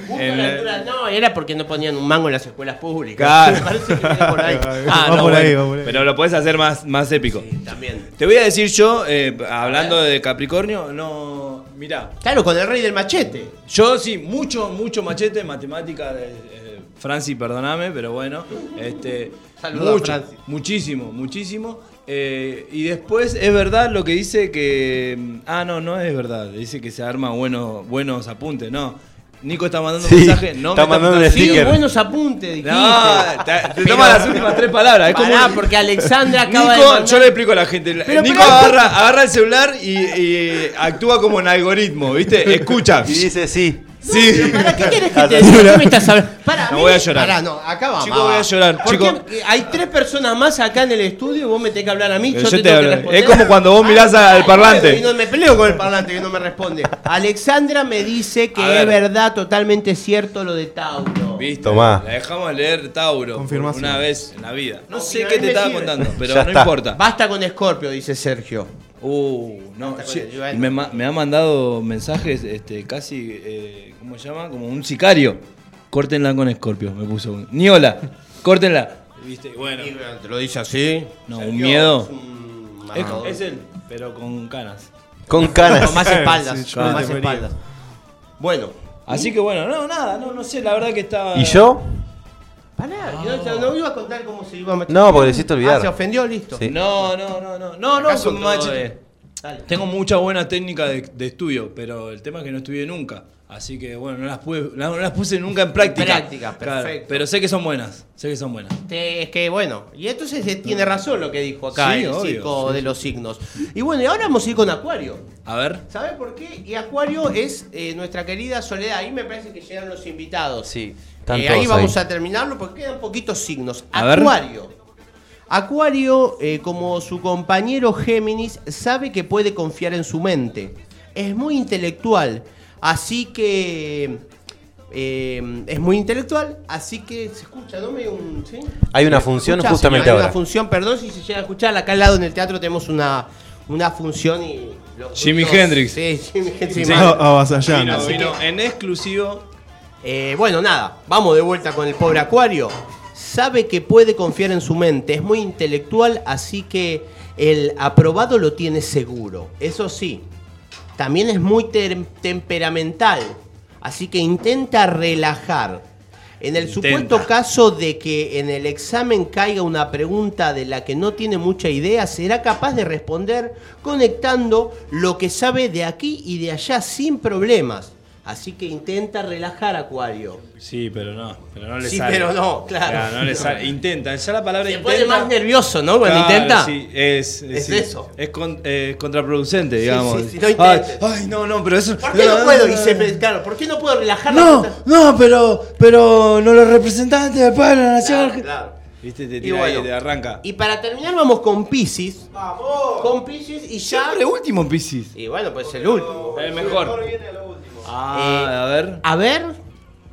Speaker 1: Justo
Speaker 3: en
Speaker 1: a la
Speaker 3: la-
Speaker 1: altura- no, era porque no ponían un mango en las escuelas públicas.
Speaker 3: Claro.
Speaker 1: Me parece que era por ahí.
Speaker 3: Ah,
Speaker 4: Va
Speaker 3: no,
Speaker 4: por ahí,
Speaker 3: bueno,
Speaker 4: va por ahí.
Speaker 3: pero lo podés hacer más, más épico.
Speaker 1: También.
Speaker 3: Te voy a decir yo, eh, hablando de Capricornio, no. Mirá,
Speaker 1: Claro, con el rey del machete.
Speaker 3: yo sí, mucho, mucho machete, matemática. eh, eh, Franci, perdóname, pero bueno. Este,
Speaker 1: Saluda a
Speaker 3: mucho,
Speaker 1: Franci.
Speaker 3: Muchísimo, muchísimo. Eh, y después es verdad lo que dice que. Ah, no, no es verdad. Dice que se arma buenos, buenos apuntes, no. Nico está mandando
Speaker 7: Sí,
Speaker 3: un mensaje, no
Speaker 7: está
Speaker 3: me
Speaker 7: mandando
Speaker 3: apuntando.
Speaker 7: un
Speaker 1: Sí,
Speaker 7: Sticker.
Speaker 1: buenos apuntes, dijiste.
Speaker 3: No, te, te
Speaker 1: Pero-
Speaker 3: toma las últimas tres palabras. Es como
Speaker 1: Pará,
Speaker 3: un-
Speaker 1: porque Alexandra acaba de.
Speaker 3: Nico,
Speaker 1: mandar-
Speaker 3: yo le explico a la gente. La-
Speaker 1: Pero,
Speaker 3: Nico
Speaker 1: pero-
Speaker 3: agarra, agarra el celular y, y actúa como un algoritmo, ¿viste? Escucha.
Speaker 7: Y dice sí.
Speaker 3: Sí.
Speaker 1: ¿Para qué quieres que te diga? ¿Qué me estás hablando? Pará,
Speaker 3: No,
Speaker 1: mí-
Speaker 3: voy a llorar.
Speaker 1: Pará, no, acá vamos.
Speaker 3: Chico, voy a llorar,
Speaker 1: ¿Por
Speaker 3: chico.
Speaker 1: qué hay tres personas más acá en el estudio y vos me tenés que hablar a mí. Yo,
Speaker 3: Pero Eh, yo
Speaker 1: te,
Speaker 3: te
Speaker 1: tengo
Speaker 3: hablo.
Speaker 1: que responder.
Speaker 3: Es como cuando vos mirás al
Speaker 1: ay,
Speaker 3: parlante.
Speaker 1: y no me peleo con el parlante que no me responde. Alexandra me dice que
Speaker 3: A
Speaker 1: es
Speaker 3: ver.
Speaker 1: verdad, totalmente cierto lo de Tauro.
Speaker 3: ¿Viste?
Speaker 7: Tomá.
Speaker 3: La dejamos leer Tauro.
Speaker 4: Confirmación.
Speaker 3: Una vez en la vida. No sé
Speaker 1: Confirmación.
Speaker 3: qué te estaba contando, pero
Speaker 7: Ya
Speaker 3: no
Speaker 7: está.
Speaker 3: importa.
Speaker 1: Basta con Escorpio, dice Sergio.
Speaker 3: Uh, no.
Speaker 1: Basta con
Speaker 3: sí,
Speaker 1: el Joel.
Speaker 3: me, ma- me ha mandado mensajes este, casi, eh, ¿cómo se llama? Como un sicario. Córtenla con Scorpio, me puso. un- Ni hola, córtenla. ¿Viste? Bueno.
Speaker 1: Te lo dice así.
Speaker 3: No, un miedo. Es,
Speaker 1: matador.
Speaker 3: es él, pero con canas.
Speaker 7: Con canas.
Speaker 1: Con más espaldas,
Speaker 4: Sí, yo
Speaker 1: con
Speaker 4: no
Speaker 1: más
Speaker 4: te moría.
Speaker 1: espaldas. Bueno,
Speaker 3: Así que bueno, no, nada, no, no sé, la verdad que estaba.
Speaker 7: ¿Y yo?
Speaker 1: pará,
Speaker 3: Ah.
Speaker 1: yo no- no iba a contar cómo se iba a meter.
Speaker 7: No, porque le hiciste
Speaker 1: Ah, se
Speaker 7: olvidar.
Speaker 1: ofendió, listo.
Speaker 7: Sí.
Speaker 3: No, no, no, no, no, no,
Speaker 1: Acaso
Speaker 3: con
Speaker 1: todo
Speaker 3: machete.
Speaker 1: es- Dale.
Speaker 3: Tengo mucha buena técnica de, de estudio, pero el tema es que no estudié nunca. Así que bueno, no las, pude, no, no las puse nunca en práctica.
Speaker 1: práctica, perfecto.
Speaker 3: pero sé que son buenas, sé que son buenas.
Speaker 1: Este, es que bueno, y entonces eh, tiene razón lo que dijo acá
Speaker 3: Sí,
Speaker 1: el
Speaker 3: obvio,
Speaker 1: chico de los signos. Y bueno, y ahora vamos a ir con Acuario.
Speaker 3: A ver.
Speaker 1: ¿Sabes por qué? Y Acuario es eh, nuestra querida Soledad. Ahí me parece que llegan los invitados.
Speaker 7: Sí.
Speaker 1: Y ahí vamos a terminarlo porque quedan poquitos signos.
Speaker 3: A ver.
Speaker 1: Acuario. Acuario, eh, como su compañero Géminis, sabe que puede confiar en su mente. Es muy intelectual. Así que. eh, es muy intelectual, así que se escucha, ¿no? Me- un- ¿sí?
Speaker 7: Hay una función
Speaker 1: Escuchá,
Speaker 7: justamente
Speaker 1: señor, hay
Speaker 7: ahora.
Speaker 1: Una función, perdón si se llega a escuchar. Acá al lado en el teatro tenemos una, una función y. los
Speaker 3: Jimi
Speaker 1: ruidos-
Speaker 3: Hendrix.
Speaker 1: Sí, Jimi Hendrix.
Speaker 4: Sí,
Speaker 7: Oh,
Speaker 1: mal.
Speaker 4: avasallando.
Speaker 3: Vino, vino en exclusivo.
Speaker 1: Eh, bueno, nada, vamos de vuelta con el pobre Acuario. Sabe que puede confiar en su mente, es muy intelectual, así que el aprobado lo tiene seguro. Eso sí, también es muy ter- temperamental, así que intenta relajar. En el
Speaker 3: Intenta.
Speaker 1: supuesto caso de que en el examen caiga una pregunta de la que no tiene mucha idea, será capaz de responder conectando lo que sabe de aquí y de allá sin problemas. Así que intenta relajar, Acuario.
Speaker 3: Sí, pero no, pero no le
Speaker 1: Sí,
Speaker 3: sale.
Speaker 1: pero no, claro.
Speaker 3: no le sale. Intenta, ya la palabra
Speaker 1: Se
Speaker 3: intenta.
Speaker 1: pone más nervioso, ¿no? Cuando
Speaker 3: Claro,
Speaker 1: intenta.
Speaker 3: sí, es,
Speaker 1: Es
Speaker 3: sí.
Speaker 1: eso.
Speaker 3: Es con- eh, contraproducente,
Speaker 1: Sí,
Speaker 3: digamos.
Speaker 1: sí, sí, no intentes.
Speaker 3: ay, ay, no, no, pero eso.
Speaker 1: ¿Por qué no puedo? Dice, claro, ¿por qué no puedo relajar la
Speaker 3: No,
Speaker 1: puta?
Speaker 3: no, pero, pero no los representantes del pueblo de la nación.
Speaker 1: Claro, claro.
Speaker 3: Viste, te
Speaker 1: Y
Speaker 3: tira
Speaker 1: bueno.
Speaker 3: ahí, te arranca.
Speaker 1: Y para terminar vamos con Pisces. Vamos. Con Pisces y ya...
Speaker 3: Siempre último en Piscis.
Speaker 1: Y bueno, pues el último.
Speaker 3: El mejor.
Speaker 1: Eh,
Speaker 3: Ah, a ver.
Speaker 1: A ver,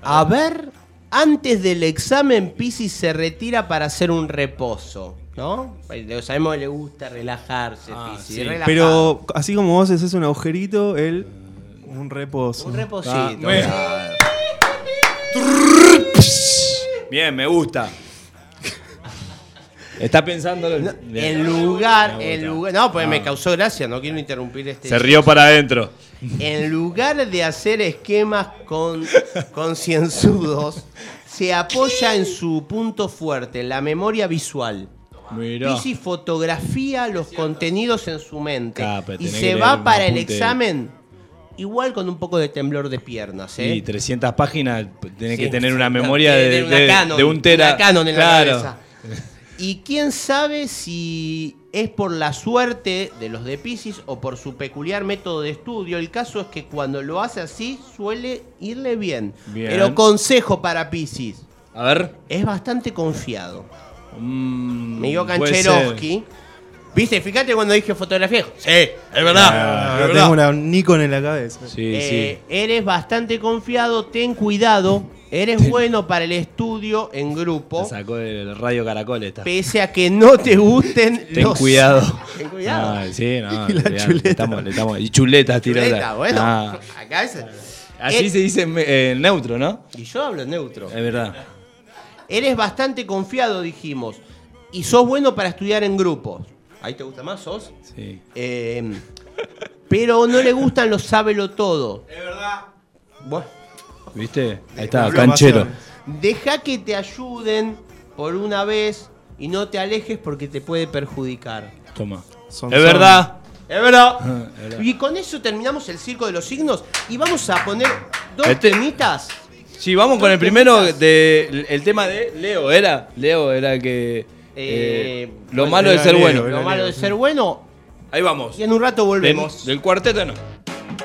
Speaker 1: a ver, antes del examen Piscis se retira para hacer un reposo, ¿no? Lo sabemos que le gusta relajarse,
Speaker 3: Ah,
Speaker 1: Piscis,
Speaker 3: sí.
Speaker 1: relajado.
Speaker 4: Pero así como vos haces un agujerito, él un reposo.
Speaker 1: un reposito.
Speaker 3: Ah, bueno.
Speaker 1: claro.
Speaker 3: Bien, me gusta. Está pensando.
Speaker 1: El lugar, el lugar, no, pues me causó gracia, no quiero interrumpir este.
Speaker 3: Ah. Se rió para adentro.
Speaker 1: En lugar de hacer esquemas con concienzudos, se apoya en su punto fuerte, la memoria visual.
Speaker 3: Mirá.
Speaker 1: Pisi fotografía los contenidos en su mente
Speaker 3: Ah, pero
Speaker 1: y
Speaker 3: tenés
Speaker 1: se
Speaker 3: que leer
Speaker 1: va
Speaker 3: un
Speaker 1: para el
Speaker 3: apunte.
Speaker 1: examen igual con un poco de temblor de piernas. ¿eh?
Speaker 3: Y 300 páginas, tenés
Speaker 1: Sí,
Speaker 3: que tener
Speaker 1: sí,
Speaker 3: una
Speaker 1: claro,
Speaker 3: memoria
Speaker 1: tiene
Speaker 3: de,
Speaker 1: que tener una
Speaker 3: de-
Speaker 1: Canon,
Speaker 3: de un tera.
Speaker 1: una Canon en la
Speaker 3: claro.
Speaker 1: cabeza. Y quién sabe si es por la suerte de los de Pisces o por su peculiar método de estudio. El caso es que cuando lo hace así suele irle bien.
Speaker 3: Bien.
Speaker 1: Pero consejo para Pisces,
Speaker 3: A ver.
Speaker 1: es bastante confiado.
Speaker 3: mm,
Speaker 1: Me dio
Speaker 3: puede ser.
Speaker 1: Kancherovsky. Viste, fíjate cuando dije fotografía. Sí, Ah, es
Speaker 3: Ah,
Speaker 1: verdad.
Speaker 4: Ahora tengo una Nikon en la cabeza.
Speaker 3: Sí,
Speaker 1: Eh, Eres bastante confiado, ten cuidado. Eres bueno para el estudio en
Speaker 3: sí. La
Speaker 1: grupo.
Speaker 3: sacó del radio Caracol esta.
Speaker 1: Pese a que no te gusten
Speaker 3: Ten
Speaker 1: los-
Speaker 3: cuidado.
Speaker 1: Ten cuidado.
Speaker 3: Ah, sí, no.
Speaker 4: Y la
Speaker 3: olvidate, le
Speaker 4: chuleta.
Speaker 3: estamos- le estamos- y chuletas tiró
Speaker 1: Chuleta,
Speaker 3: la-
Speaker 1: bueno.
Speaker 3: Ah.
Speaker 1: Acá es-
Speaker 3: Así
Speaker 1: Eh,
Speaker 3: se dice en eh, neutro, ¿no?
Speaker 1: Y yo hablo neutro.
Speaker 3: Es verdad.
Speaker 1: Eres bastante confiado, dijimos. Y sos bueno para estudiar en grupos. Ahí te gusta más, sos.
Speaker 3: Sí.
Speaker 1: Eh, pero no le gustan los sábelo todo. Bueno,
Speaker 3: ¿Viste? Ahí está,
Speaker 4: Habló
Speaker 3: canchero.
Speaker 4: más sobre-
Speaker 1: deja que te ayuden por una vez y no te alejes porque te puede perjudicar.
Speaker 3: Toma.
Speaker 4: Son-
Speaker 3: es verdad.
Speaker 1: Es verdad.
Speaker 3: Ah, es verdad.
Speaker 1: Y con eso terminamos el circo de los signos y vamos a poner dos
Speaker 3: Este-
Speaker 1: temitas.
Speaker 3: Sí, vamos con el primero de el- el tema de Leo, era. Leo era que. eh,
Speaker 1: Eh,
Speaker 3: lo
Speaker 1: bueno,
Speaker 3: malo de
Speaker 4: era
Speaker 3: ser
Speaker 4: Leo,
Speaker 3: bueno.
Speaker 4: era
Speaker 1: Lo malo de ser bueno
Speaker 3: Ahí vamos.
Speaker 1: y en un rato
Speaker 3: Del,
Speaker 1: volvemos.
Speaker 3: del cuarteto no.